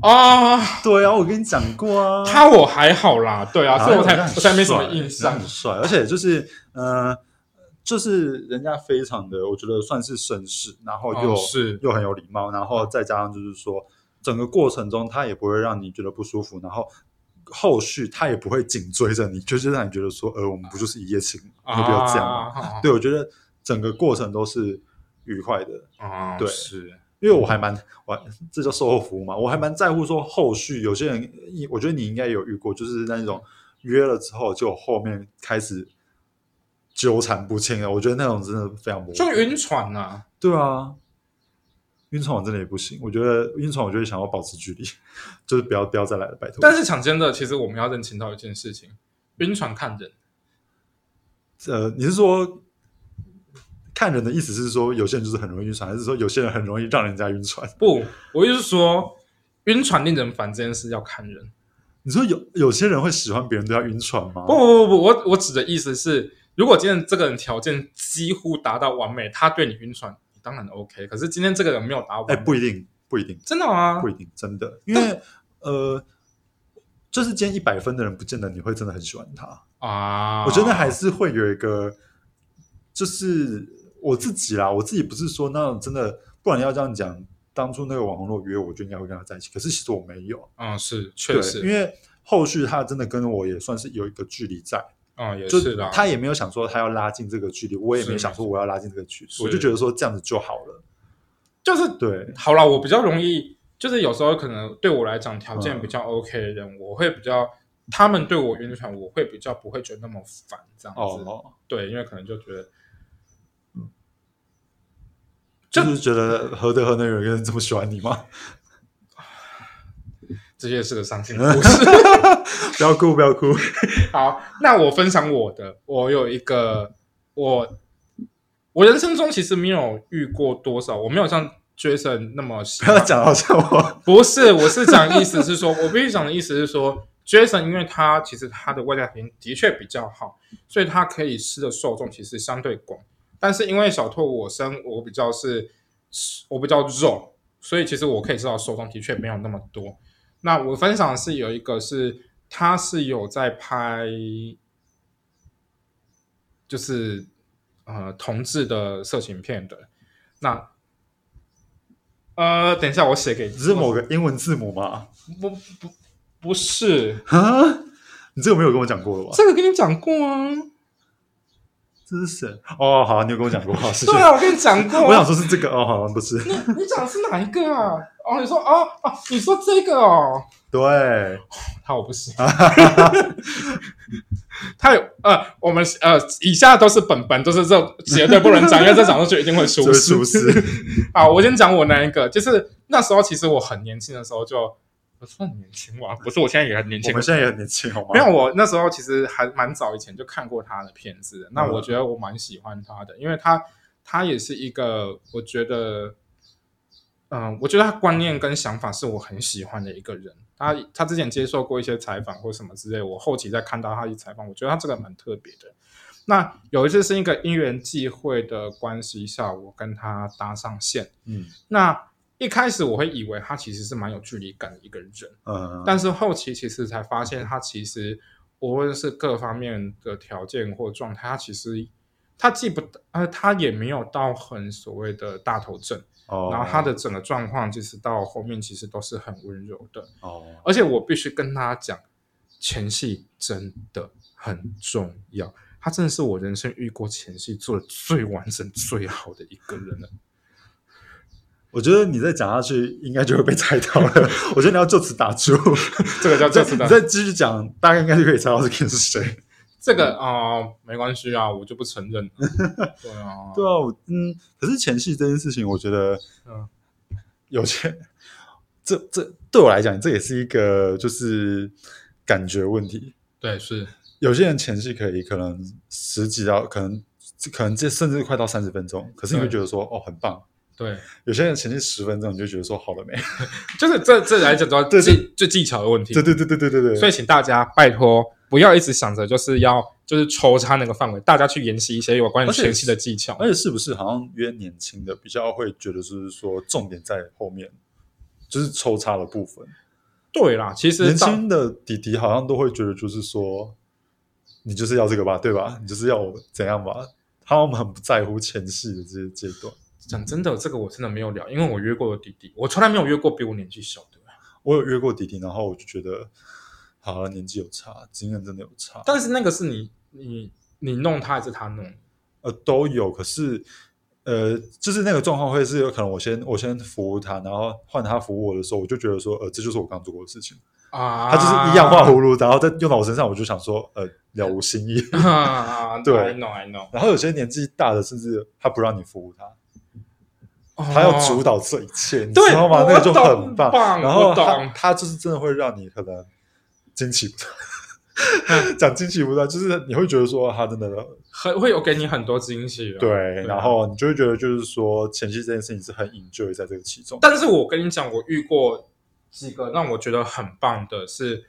S1: 哦，
S2: 对啊，我跟你讲过啊，
S1: 他我还好啦，对啊，
S2: 然
S1: 所
S2: 后
S1: 以我才
S2: 人家很
S1: 我才没什么
S2: 帅
S1: 印
S2: 人
S1: 象
S2: 家很。帅，而且就是呃，就是人家非常的，我觉得算是绅士，然后又、
S1: 哦是
S2: 又很有礼貌，然后再加上就是说，整个过程中他也不会让你觉得不舒服，然后后续他也不会紧追着你，就是让你觉得说，呃，我们不就是一夜情，你有必要这样吗？
S1: 啊？
S2: 对，我觉得整个过程都是愉快的，
S1: 啊，
S2: 对
S1: 是
S2: 因为我还蛮我还这叫售后服务嘛，我还蛮在乎说后续有些人，你我觉得你应该有遇过，就是那种约了之后就后面开始纠缠不清了，我觉得那种真的非常不
S1: 就晕船呐、啊。
S2: 对啊，晕船我真的也不行，我觉得晕船我就是想要保持距离，就是不要不要再来了，拜托。
S1: 但是讲真的，其实我们要认清到一件事情：晕船看人。
S2: 呃，你是说看人的意思是说有些人就是很容易晕船，还是说有些人很容易让人家晕船？
S1: 不，我就是说，晕船令人烦这件事要看人。
S2: 你说有有些人会喜欢别人对他晕船吗？
S1: 不不不不，我我指的意思是，如果今天这个人条件几乎达到完美，他对你晕船，你当然 OK。可是今天这个人没有达到
S2: 哎、
S1: 完美，
S2: 不一定，不一定。
S1: 真的吗
S2: 不？一定，真的，因为呃，就是今天一百分的人，不见得你会真的很喜欢他。
S1: 啊，
S2: 我觉得还是会有一个，就是我自己啦，我自己不是说那种真的，不然要这样讲，当初那个网红若约我，就应该会跟他在一起。可是其实我没有，
S1: 嗯是确
S2: 对，
S1: 实，
S2: 因为后续他真的跟我也算是有一个距离在，
S1: 嗯也
S2: 就是
S1: 啦，
S2: 他也没有想说他要拉近这个距离，我也
S1: 是
S2: 没想说我要拉近这个距离，
S1: 是
S2: 我就觉得说这样子就好了。
S1: 就是
S2: 对，
S1: 好啦，我比较容易，就是有时候可能对我来讲条件
S2: 嗯
S1: 比较 OK 的人，我会比较，他们对我晕船，我会比较不会觉得那么烦这样子。
S2: 哦，
S1: 对，因为可能就觉得
S2: 就是觉得何德何能有一个人这么喜欢你吗？ [laughs]
S1: 这些是个伤心的故
S2: [laughs]
S1: 事。
S2: 不要哭，不要哭。
S1: 好，那我分享我的，我有一个，我我人生中其实没有遇过多少，我没有像 Jason 那么喜
S2: [laughs] 不要
S1: 欢
S2: 讲好像我
S1: 不是，我是讲意思是说，我必须讲的意思是说，Jason 因为他其实他的外在条件的确比较好，所以他可以吃的受众其实相对广。但是因为小拓我身我比较是，我比较肉，所以其实我可以吃到的受众的确没有那么多。那我分享的是有一个是，他是有在拍，就是呃同志的色情片的。那呃，等一下我写给你，
S2: 只是某个英文字母嘛？
S1: 不不不是，
S2: 啊，你这个没有跟我讲过了吧？
S1: 这个跟你讲过啊，
S2: 这是谁？哦，好，你有跟我讲过，好，谢谢
S1: 对。啊，我跟你讲过啊，
S2: 我想说是这个哦，好像不是。
S1: 你讲的是哪一个啊？哦，你说哦哦，你说这个哦，
S2: 对，
S1: 他我不行， [laughs] 他有呃，我们呃，以下都是本本，都是这绝对不能讲，因为这讲出去一定会出
S2: 这位
S1: 事
S2: 厨。师，
S1: [laughs]
S2: [laughs]
S1: 好，我先讲我那一个，就是那时候其实我很年轻的时候就，不算年轻吧，不是，我现在也很年
S2: 我
S1: 轻，
S2: 们现在也很年轻，好吗？
S1: 没有，我那时候其实还蛮早以前就看过他的片子的。那
S2: 嗯
S1: 我觉得我蛮喜欢他的，因为他他也是一个，我觉得，嗯、我觉得他观念跟想法是我很喜欢的一个人。他他之前接受过一些采访或什么之类，我后期再看到他一采访，我觉得他这个蛮特别的。那有一次是一个因缘际会的关系下，我跟他搭上线。
S2: 嗯
S1: 那一开始我会以为他其实是蛮有距离感的一个人，
S2: 嗯，
S1: 但是后期其实才发现，他其实无论是各方面的条件或状态，他其实他既不呃，他也没有到很所谓的大头症，
S2: 哦，
S1: 然后他的整个状况其实到后面其实都是很温柔的，
S2: 哦，
S1: 而且我必须跟他讲，前戏真的很重要。他真的是我人生遇过前戏做的最完整、最好的一个人了。
S2: 我觉得你再讲下去应该就会被猜到了。 [laughs] 我觉得你要就此打住，
S1: 这个叫这次
S2: [laughs] 你
S1: 的
S2: 再继续讲，大概应该就可以猜到这个人是谁。
S1: 这个啊、呃没关系啊，我就不承
S2: [laughs]
S1: 认了。对啊，
S2: 对啊，我嗯，可是前戏这件事情，我觉得
S1: 嗯，
S2: 有些， [laughs] 这这对我来讲，这也是一个就是感觉问题。
S1: 对，是
S2: 有些人前戏可以可能十几到可能可能这甚至快到三十分钟，可是你会
S1: 对
S2: 觉得说哦很棒。
S1: 对，
S2: 有些人前戏十分钟，你就觉得说好了没？
S1: 就是这这来讲主要
S2: 对
S1: 技最技巧的问题
S2: 对。对对对对对对。
S1: 所以请大家拜托不要一直想着就是要就是抽插那个范围，大家去研习一些有关于
S2: 而且哎
S1: 前戏的技巧。
S2: 而且是不是好像约年轻的比较会觉得就是说重点在后面，就是抽插的部分。
S1: 对啦，其实
S2: 年
S1: 到
S2: 轻的弟弟好像都会觉得就是说，你就是要这个吧，对吧？你就是要我怎样吧？他们很不在乎前戏的这些阶段。
S1: 讲真的，这个我真的没有聊，因为我约过的弟弟，我从来没有约过比我年纪小的。
S2: 我有约过弟弟，然后我就觉得，好了，年纪有差，经验真的有差，
S1: 但是那个是你你你弄他还是他弄你？
S2: 呃都有。可是，呃，就是那个状况会是有可能我先我先服务他，然后换他服务我的时候，我就觉得说，呃，这就是我刚做过的事情。
S1: 啊，
S2: 他就是一样
S1: [laughs]
S2: 画葫芦，然后再用到我身上，我就想说，呃，了无新意。
S1: 啊，
S2: 对
S1: ，I know I know，
S2: 然后有些年纪大的，甚至他不让你服务他，他要主
S1: 导，
S2: 导这一切，你
S1: 哦对
S2: 知道吗？
S1: 我
S2: 那个就
S1: 懂
S2: 很棒。
S1: 棒
S2: 然后
S1: 我
S2: 他
S1: 懂
S2: 他就是真的会让你可能惊奇不
S1: 嗯
S2: 断， [laughs] 讲惊奇不断，就是你会觉得说他真的
S1: 很会有给你很多惊喜哦。
S2: 对，
S1: 啊
S2: 然后你就会觉得就是说前期这件事情是很 enjoy 在这个其中。
S1: 但是我跟你讲，我遇过几个让我觉得很棒的是，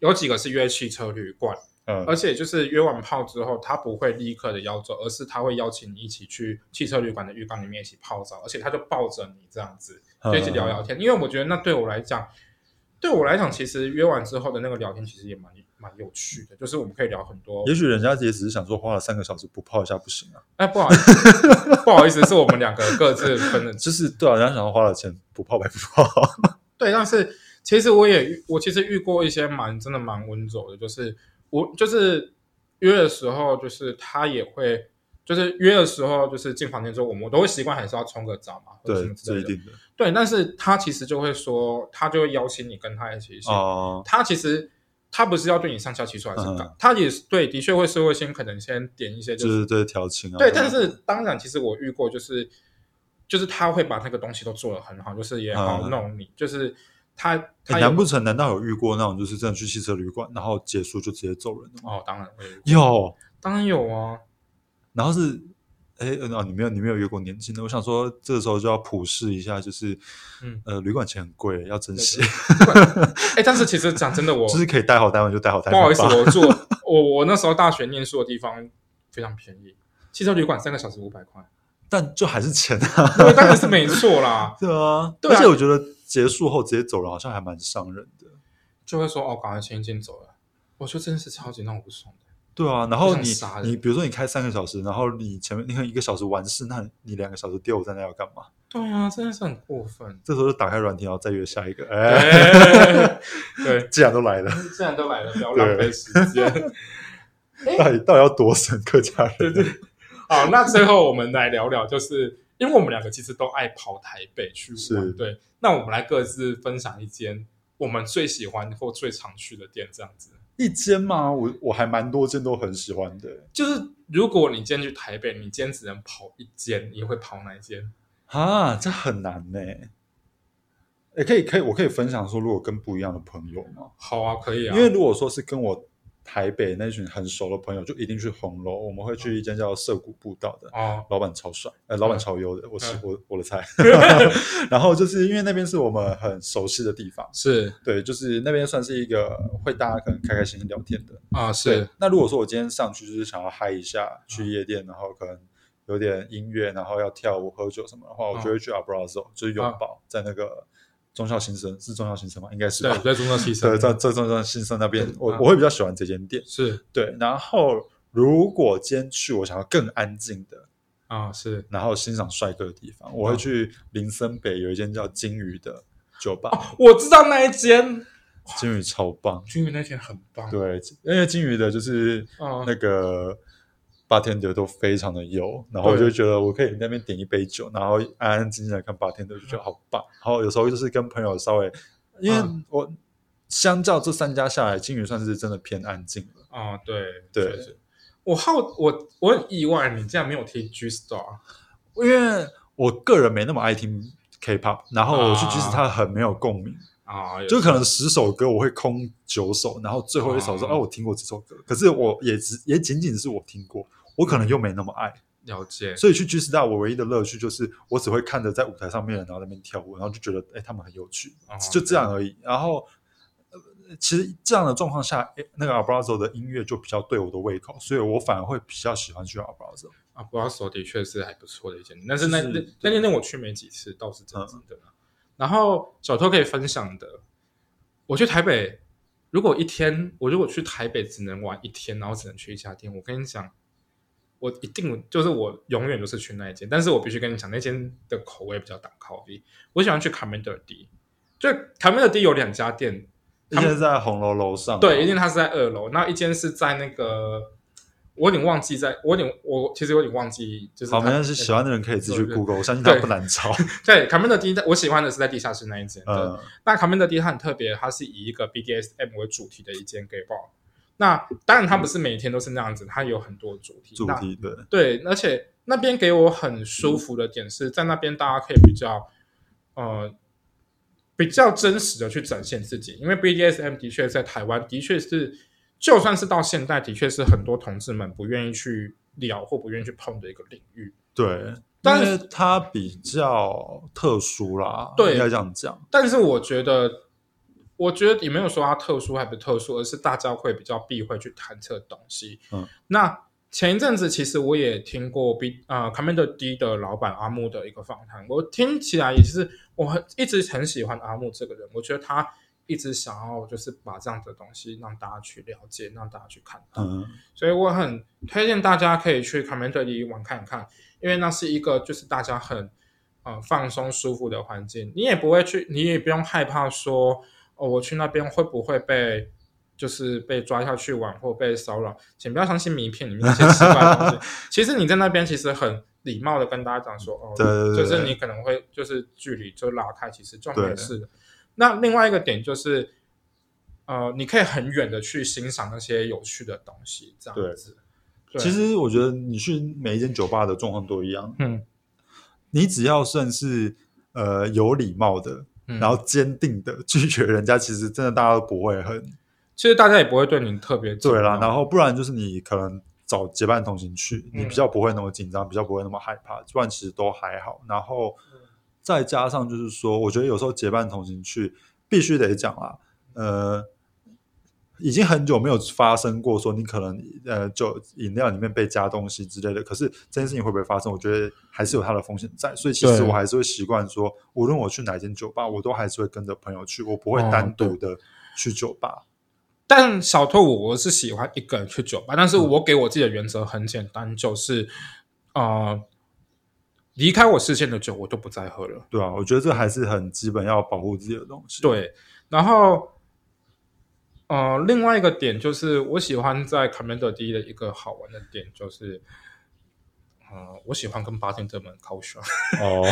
S1: 有几个是约汽车旅馆，
S2: 嗯
S1: 而且就是约完炮之后，他不会立刻的要走，而是他会邀请你一起去汽车旅馆的浴缸里面一起泡澡，而且他就抱着你这样子，
S2: 嗯
S1: 就一起聊聊天。因为我觉得那对我来讲，对我来讲，其实约完之后的那个聊天其实也蛮蛮有趣的，就是我们可以聊很多。
S2: 也许人家也只是想说花了三个小时不泡一下不行啊，
S1: 哎，不好意思，不好意思，是我们两个各自分的
S2: 就是对啊，人家想要花了钱不泡白不泡。
S1: 对，但是其实我也遇我其实遇过一些蛮真的蛮温柔的，就是我就是约的时候，就是他也会，就是约的时候，就是进房间之后，我们都会习惯还是要冲个澡嘛，或者什
S2: 对，
S1: 么之
S2: 这
S1: 类
S2: 一
S1: 的。
S2: 定的
S1: 对，但是他其实就会说，他就会邀请你跟他一起去。
S2: 哦。
S1: 他其实他不是要对你上下其手还是干，
S2: 嗯
S1: 他也是对，的确会是会先可能先点一些
S2: 就
S1: 就是
S2: 是对调情啊。
S1: 对，但是当然，其实我遇过，就是就是他会把那个东西都做得很好，就是也好
S2: 嗯
S1: 弄你，就是他
S2: 诶
S1: 他有
S2: 欸难不成难道有遇过那种就是真的去汽车旅馆，然后结束就直接走人的吗？
S1: 哦，当然会有，
S2: 有，
S1: 当然有啊，
S2: 然后是哎呃哦，你没有你没有约过年轻的，我想说这时候就要普世一下，就是
S1: 嗯
S2: 呃旅馆钱很贵，要珍惜，
S1: 哎，但是其实讲真的，我
S2: [laughs] 就是可以带好单位就带好单
S1: 不
S2: 位。
S1: 好意思，我住我我那时候大学念书的地方非常便宜，汽车旅馆三个小时五百块，
S2: [laughs]
S1: [laughs]
S2: 但就还是钱啊， [laughs]
S1: 对，当然是没错啦，
S2: 对啊，
S1: 对啊
S2: 而且我觉得结束后直接走人好像还蛮伤人的。
S1: 就会说哦，赶快签一签走了，我觉得真的是超级让我不爽的，
S2: 对啊，然后
S1: 想
S2: 你
S1: 杀人
S2: 你比如说你开三个小时，然后你前面你看一个小时完事，那你两个小时丢在那要干嘛？
S1: 对啊，真的是很过分，
S2: 这时候就打开软体，然后再约下一个。哎、
S1: 对对，
S2: [laughs] 既然都来了，
S1: 既然都来了，不要浪费时间。哎
S2: 到底到底要多省客家人？啊对对
S1: 好，那最后我们来聊聊，就是因为我们两个其实都爱跑台北去
S2: 是
S1: 玩，对。那我们来各自分享一间我们最喜欢或最常去的店，这样子。
S2: 一间嘛，我我还蛮多间都很喜欢的
S1: 就是如果你今天去台北，你今天只能跑一间，你会跑哪一间？
S2: 啊，这很难呢、也可以可以，我可以分享说，如果跟不一样的朋友嘛，
S1: 好啊，可以啊，
S2: 因为如果说是跟我台北那群很熟的朋友，就一定去红楼，我们会去一间叫涩谷步道的，
S1: 哦，
S2: 老板超帅，呃，老板超优的，我是
S1: 嗯
S2: 我我的菜。 [laughs] 然后就是因为那边是我们很熟悉的地方，
S1: 是
S2: 对，就是那边算是一个会大家可能开开心心聊天的。
S1: 啊，
S2: 对
S1: 是，
S2: 那如果说我今天上去就是想要嗨一下，去夜店，然后可能有点音乐，然后要跳舞、喝酒什么的话，我就会去 Abrazo，、就是拥抱，在那个中校新生是中校新生吗？应该是
S1: 对，
S2: 吧。
S1: 对，中正汽车
S2: 对，，在在中校新生那边
S1: 嗯，
S2: 我
S1: 嗯
S2: 我会比较喜欢这间店。
S1: 是
S2: 对，然后如果今天去我想要更安静的，
S1: 啊，是
S2: 然后欣赏帅哥的地方，我会去林森北有一间叫金鱼的酒吧，
S1: 我知道那一间，
S2: 金鱼超棒。
S1: 君宇那间很棒，
S2: 对，因为金鱼的就是
S1: 嗯
S2: 那个 bartender 都非常的优，然后我
S1: 对
S2: 就觉得我可以那边点一杯酒，然后安安静静的看 bartender 就觉得好棒。然后有时候就是跟朋友稍微，因为
S1: 嗯
S2: 我相较这三家下来，金鱼算是真的偏安静了。
S1: 啊，对
S2: 对
S1: 确实我好，我我很意外，你竟然没有听 G Star
S2: 因为我个人没那么爱听 K-pop，然后我去
S1: 啊
S2: 即使它很没有共鸣，
S1: 啊，
S2: 就可能十首歌我会空九首，然后最后一首说
S1: 哦
S2: 哦我听过这首歌，可是我也只也仅仅是我听过，我可能又没那么爱，
S1: 了解，
S2: 所以去 G Star 我唯一的乐趣就是我只会看着在舞台上面的人然后在那边跳舞，然后就觉得哎、他们很有趣，
S1: 哦
S2: 就这样而已。然后、呃、其实这样的状况下，哎那个 Abrazo 的音乐就比较对我的胃口，所以我反而会比较喜欢去 Abrazo。
S1: 啊，布拉索的确是还不错的一间店，但是那
S2: 是
S1: 那
S2: 对嗯
S1: 那间店我去没几次，倒是真的真的啦。然后小偷可以分享的，我去台北，如果一天我如果去台北只能玩一天，然后只能去一家店，我跟你讲，我一定就是我永远都是去那一间，但是我必须跟你讲，那间的口味比较挡口味，我喜欢去卡梅德迪，就卡梅德迪有两家店，
S2: 一
S1: 他们
S2: 间在红楼楼上，啊
S1: 对，一间它是在二楼，那一间是在那个，我有点忘记在，我有点我其实有点忘记，就是
S2: 好，没
S1: 它
S2: 关系，喜欢的人可以自己去
S1: 对
S2: Google，我相信他
S1: 对
S2: 不难找。
S1: 对卡门的第一，我喜欢的是在地下室那一间。对，
S2: 呃，
S1: 那卡门的第一它很特别，它是以一个 BDSM 为主题的一间 gay bar。那当然，它不是每天都是那样子，它有很多主题。
S2: 主
S1: 那
S2: 题对，
S1: 对，而且那边给我很舒服的点是在那边大家可以比较呃比较真实的去展现自己，因为 BDSM 的确在台湾的确是，就算是到现在，的确是很多同志们不愿意去聊或不愿意去碰的一个领域。
S2: 对，
S1: 但
S2: 但是它比较特殊啦，
S1: 对
S2: 应该这样讲。
S1: 但是我觉得，我觉得也没有说它特殊还不特殊，而是大家会比较避讳去谈这东西。
S2: 嗯，
S1: 那前一阵子其实我也听过 B 呃 Commander D 的老板阿木的一个访谈，我听起来也是我很一直很喜欢阿木这个人，我觉得他一直想要就是把这样的东西让大家去了解，让大家去看到。
S2: 嗯，
S1: 所以我很推荐大家可以去 Commander 里玩看看，因为那是一个就是大家很呃放松舒服的环境，你也不会去，你也不用害怕说哦，我去那边会不会被就是被抓下去玩或被骚扰？请不要相信名片里面那些奇怪的
S2: [laughs]
S1: 东西。其实你在那边其实很礼貌的跟大家讲说哦，
S2: 对对对对
S1: 就是你可能会就是距离就拉开，其实就没
S2: 对
S1: 事的。那另外一个点就是，呃，你可以很远的去欣赏那些有趣的东西，这样子。对
S2: 其，实我觉得你去每一间酒吧的状况都一样，
S1: 嗯，
S2: 你只要算是呃有礼貌的，
S1: 嗯
S2: 然后坚定的拒绝人家，其实真的大家都不会很
S1: 其实大家也不会对你特别
S2: 对啦。
S1: 紧张
S2: 然后不然就是你可能找结伴同行去，
S1: 嗯
S2: 你比较不会那么紧张，比较不会那么害怕，不然其实都还好。然后再加上就是说，我觉得有时候结伴同行去必须得讲啦，呃。已经很久没有发生过，说你可能呃，就饮料里面被加东西之类的。可是这件事情会不会发生？我觉得还是有它的风险在。所以其实
S1: 对
S2: 我还是会习惯说，无论我去哪间酒吧，我都还是会跟着朋友去，我不会
S1: 哦
S2: 单
S1: 对
S2: 独的去酒吧。
S1: 但小偷我我是喜欢一个人去酒吧，但是
S2: 嗯
S1: 我给我自己的原则很简单，就是呃，离开我视线的酒我都不再喝了。
S2: 对啊，我觉得这还是很基本要保护自己的东西。，
S1: 对，然后呃，另外一个点就是我喜欢在 Commander D 的一个好玩的点就是。呃，我喜欢跟八天这门 c u l
S2: 哦，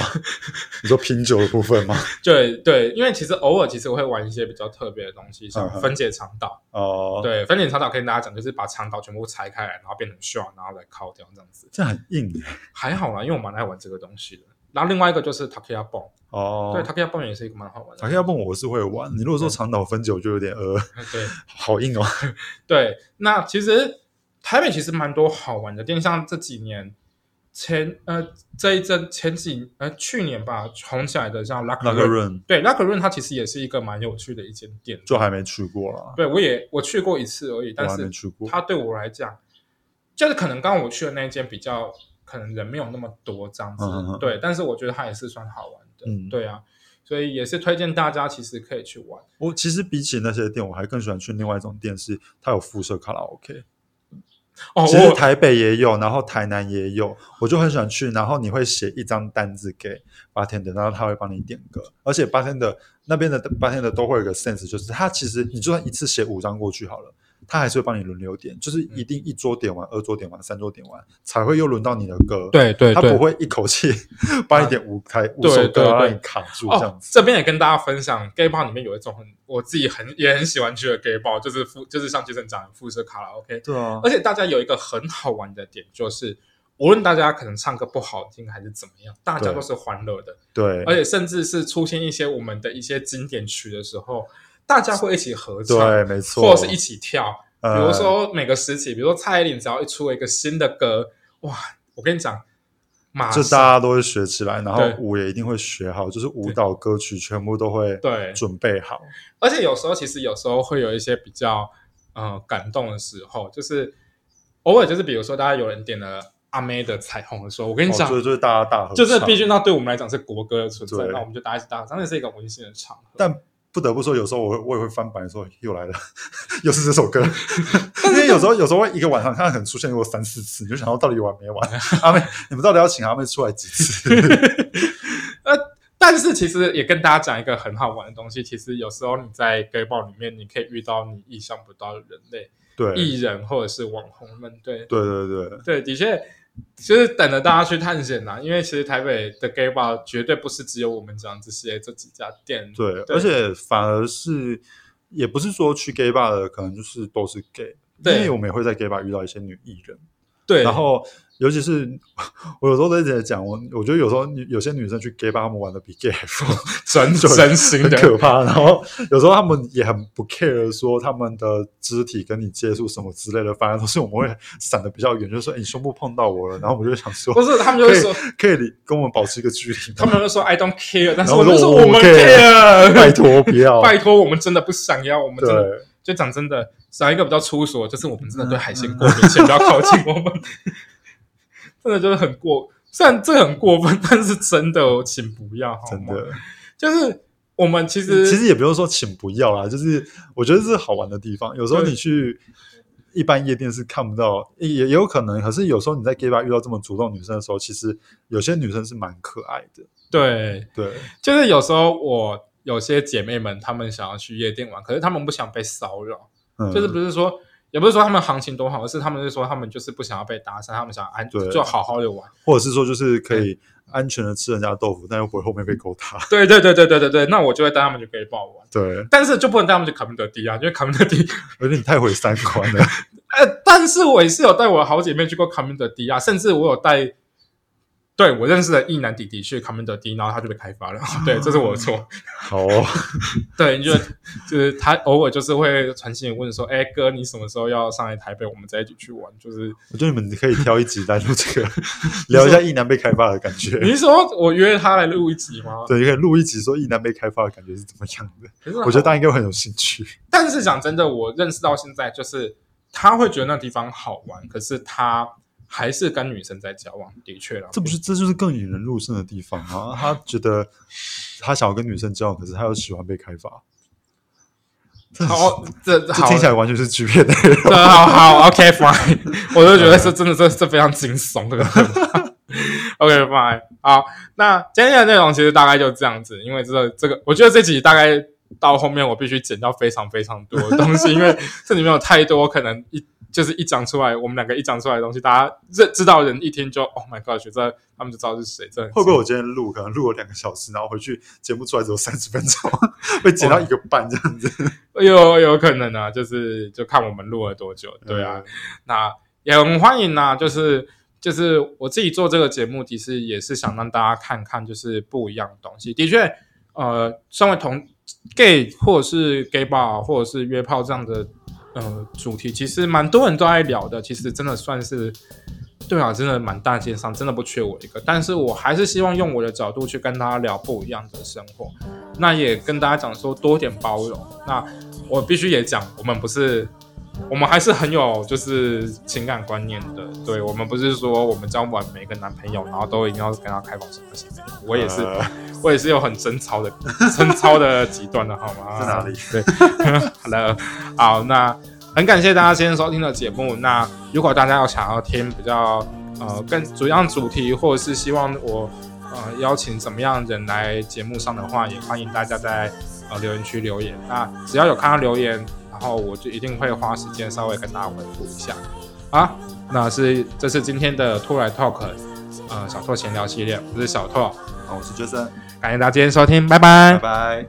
S2: 你说品酒的部分吗？
S1: [laughs] 对对，因为其实偶尔其实我会玩一些比较特别的东西，像
S2: 嗯嗯
S1: 分解肠道。
S2: 哦，，
S1: 对，分解肠道可以跟大家讲，就是把肠道全部拆开来，然后变成 shot，然后来烤掉这样子。
S2: 这样很硬耶
S1: 还好啦，因为我蛮爱玩这个东西的。然后另外一个就是 Takia Bomb，、
S2: 哦。哎
S1: 对 Takia Bomb 也是一个蛮好玩的。
S2: 塔克亚蹦我是会玩，你如果说长岛分酒就有点呃，
S1: 对
S2: 好硬哦。
S1: 对，那其实台北其实蛮多好玩的店，像这几年前呃这一阵前几呃去年吧红起来的像 Luck
S2: 那个 run
S1: 对 Luck Run 它其实也是一个蛮有趣的一间店。
S2: 就还没去过啦，
S1: 对，我也我去过一次而已，
S2: 我
S1: 但
S2: 还
S1: 是
S2: 没去过。
S1: 它对我来讲，就是可能刚刚我去的那一间比较，可能人没有那么多这样子，
S2: 嗯嗯嗯
S1: 对，但是我觉得它也是算好玩的，
S2: 嗯
S1: 对啊，所以也是推荐大家其实可以去玩。
S2: 我其实比起那些店，我还更喜欢去另外一种店，是它有附设卡拉 OK。
S1: 哦，
S2: 其实
S1: 我
S2: 台北也有，然后台南也有，我就很喜欢去。然后你会写一张单子给八天的，然后他会帮你点歌，而且八天的那边的八天的都会有一个 sense，就是他其实你就算一次写五张过去好了，他还是会帮你轮流点，就是一定一桌点完，二桌点完，三桌点完，才会又轮到你的歌。，
S1: 对对
S2: 他
S1: 对
S2: 不，会一口气 [laughs] 帮你点五台五
S1: 对
S2: 首
S1: 对
S2: 歌，然后
S1: 对
S2: 让你卡住这
S1: 哦
S2: 样，子。
S1: 这边也跟大家分享，gay bar 里面有一种很我自己很也很喜欢去的 gay bar，就是附就是像杰森讲的附设卡拉 OK，
S2: 对啊
S1: 而，且大家有一个很好玩的点就是。无论大家可能唱歌不好听还是怎么样，大家
S2: 对
S1: 都是欢乐的，
S2: 对，
S1: 而且甚至是出现一些我们的一些经典曲的时候，大家会一起合唱，
S2: 对，没错，
S1: 或者是一起跳。
S2: 呃，
S1: 比如说每个时期，比如说蔡依林只要一出了一个新的歌，哇，我跟你讲，马
S2: 就大
S1: 上
S2: 家都会学起来，然后
S1: 啊对
S2: 舞也一定会学好，就是舞蹈、歌曲全部都会
S1: 对
S2: 准备好。
S1: 而且有时候其实有时候会有一些比较呃感动的时候，就是偶尔就是比如说大家有人点了阿妹的《彩虹》的时候，我跟你
S2: 哦
S1: 讲，
S2: 所以就是大家大合唱，
S1: 就是必须那对我们来讲是国歌的存在，
S2: 对
S1: 那我们就大家一起大合唱，那是一个温馨的场合。
S2: 但不得不说，有时候我我也会翻白眼说哎又来了， [laughs] 又是这
S1: [laughs]
S2: 首歌，因为有时候有时候会一个晚上它可能出现过三四次，你就想到到底有完
S1: [laughs]
S2: 没完？阿妹，你们到底要请阿妹出来几次？
S1: 但是其实也跟大家讲一个很好玩的东西，其实有时候你在 gay bar 里面，你可以遇到你意想不到的人类、
S2: 对，对
S1: 艺人或者是网红们，对
S2: 对对
S1: 对，的确。就是等着大家去探险呐、因为其实台北的 gay bar 绝对不是只有我们讲这些这几家店，
S2: 对，
S1: 对
S2: 而且反而是也不是说去 gay bar 的可能就是都是 gay，因
S1: 对
S2: 为我们也会在 gay bar 遇到一些女艺人。
S1: 对，
S2: 然后尤其是 [laughs] 我有时候都在讲，我我觉得有时候女有些女生去 gay 吧，她们玩的比 gay
S1: [laughs]
S2: 还疯，
S1: 真
S2: 就
S1: 真心
S2: 很
S1: 的，
S2: 可怕。然后有时候她们也很不 care 说她们的肢体跟你接触什么之类的，反而都是我们会 [laughs] 闪的比较远，就是说、哎你胸部碰到我了，然后我们就想
S1: [laughs]
S2: 说
S1: 不是他们就
S2: 可
S1: 会
S2: 以
S1: 说，
S2: 可以离跟我们保持一个距离吗，
S1: 他们就说 I don't care，但是
S2: 然后
S1: 我就
S2: 说
S1: 说
S2: 我
S1: 我们
S2: care，拜
S1: care，
S2: 托不
S1: [laughs]
S2: 要，
S1: 拜托，我们真的不想要，我们真的
S2: 对。
S1: 就讲真的，讲一个比较粗俗的，就是我们真的对海鲜过
S2: 嗯
S1: 敏，请不要靠近我们， [laughs] 真的就是很过，虽然这很过分，但是真的哦，请不要，好
S2: 真
S1: 吗？
S2: 的，嗯
S1: 就是我们其实
S2: 其实也不用说请不要啦，就是我觉得是好玩的地方。有时候
S1: 对
S2: 你去一般夜店是看不到，也也有可能。可是有时候你在 gay bar 遇到这么主动女生的时候，其实有些女生是蛮可爱的。
S1: 对，
S2: 对，
S1: 就是有时候我有些姐妹们，她们想要去夜店玩，可是她们不想被骚扰。
S2: 嗯，
S1: 就是不是说，也不是说他们行情多好，而是他们是说他们就是不想要被搭讪，他们想安
S2: 对
S1: 就好好的玩。
S2: 或者是说就是可以安全的吃人家豆腐，但又不会后面被勾搭。
S1: 对对对对对对对，那我就会带他们去 gay bar 玩，
S2: 对，
S1: 但是就不能带他们去卡门德迪啊，因为卡门德迪，
S2: 有点太毁三观了。
S1: 呃，但是我也是有带我的好姐妹去过卡门德迪啊，甚至我有带。对我认识的一男弟弟去卡门德迪，然后他就被开发了。
S2: [laughs]
S1: 对，这是我的错。
S2: 好、哦，
S1: 对，
S2: [laughs]
S1: 你就就是他偶尔就是会传信问说：“哎哥，你什么时候要上来台北？我们再一起去玩。”就是
S2: 我觉得你们可以挑一集来
S1: [laughs]
S2: 录这个，聊一下意男被开发的感觉。
S1: 你是说我约他来录一集吗？
S2: 对，你可以录一集说意男被开发的感觉是怎么样的。
S1: 可是
S2: 我觉
S1: [laughs]
S2: 得
S1: 好
S2: 大家应该会很有兴趣。
S1: 但是讲真的，我认识到现在，就是他会觉得那地方好玩，可是他还是跟女生在交往，的确啦。
S2: 这不是，这就是更引人入胜的地方啊！他觉得他想要跟女生交往，可是他又喜欢被开发，
S1: 好，这
S2: 这
S1: 好，
S2: 听起来完全是剧片的。
S1: [laughs] 这好好，OK fine，我 [laughs] 就觉得
S2: 嗯
S1: 这真的这这非常惊悚的。OK fine，好，那今天的内容其实大概就这样子，因为这个这个，我觉得这集大概到后面我必须剪掉非常非常多的东西，
S2: [laughs]
S1: 因为这里面有太多可能一就是一讲出来，我们两个一讲出来的东西，大家认知道的人一听就 Oh my God，觉得他们就知道是谁，这
S2: 会不会我今天录可能录了两个小时，然后回去节目出来只有三十分钟， [laughs] 被剪到一个半这样子？
S1: 有有可能啊，就是就看我们录了多久，对
S2: 嗯
S1: 啊，那也很欢迎呐、就是就是我自己做这个节目，其实也是想让大家看看就是不一样的东西。的确，呃，身为同 gay 或者是 gay bar 或者是约炮这样的呃主题，其实蛮多人都爱聊的。其实真的算是对啊，真的蛮大街上真的不缺我一个。但是我还是希望用我的角度去跟大家聊不一样的生活。那也跟大家讲说多点包容。那我必须也讲，我们不是，我们还是很有就是情感观念的。对我们不是说我们交往每个男朋友，然后都一定要跟他开房什么什么。我也是，
S2: 呃
S1: 我也是有很贞操的 [laughs] 贞操的极端的好吗？
S2: 在哪里？
S1: 对， [laughs] 好了，好，那很感谢大家今天收听的节目。那如果大家要想要听比较呃更主要主题，或者是希望我呃邀请什么样的人来节目上的话，也欢迎大家在呃留言区留言。那只要有看到留言，然后我就一定会花时间稍微跟大家回复一下。啊，那是这是今天的兔来 talk，呃，小拓闲聊系列，我是小拓，嗯
S2: 好，我是 Jason，
S1: 感谢大家今天收听，拜
S2: 拜拜。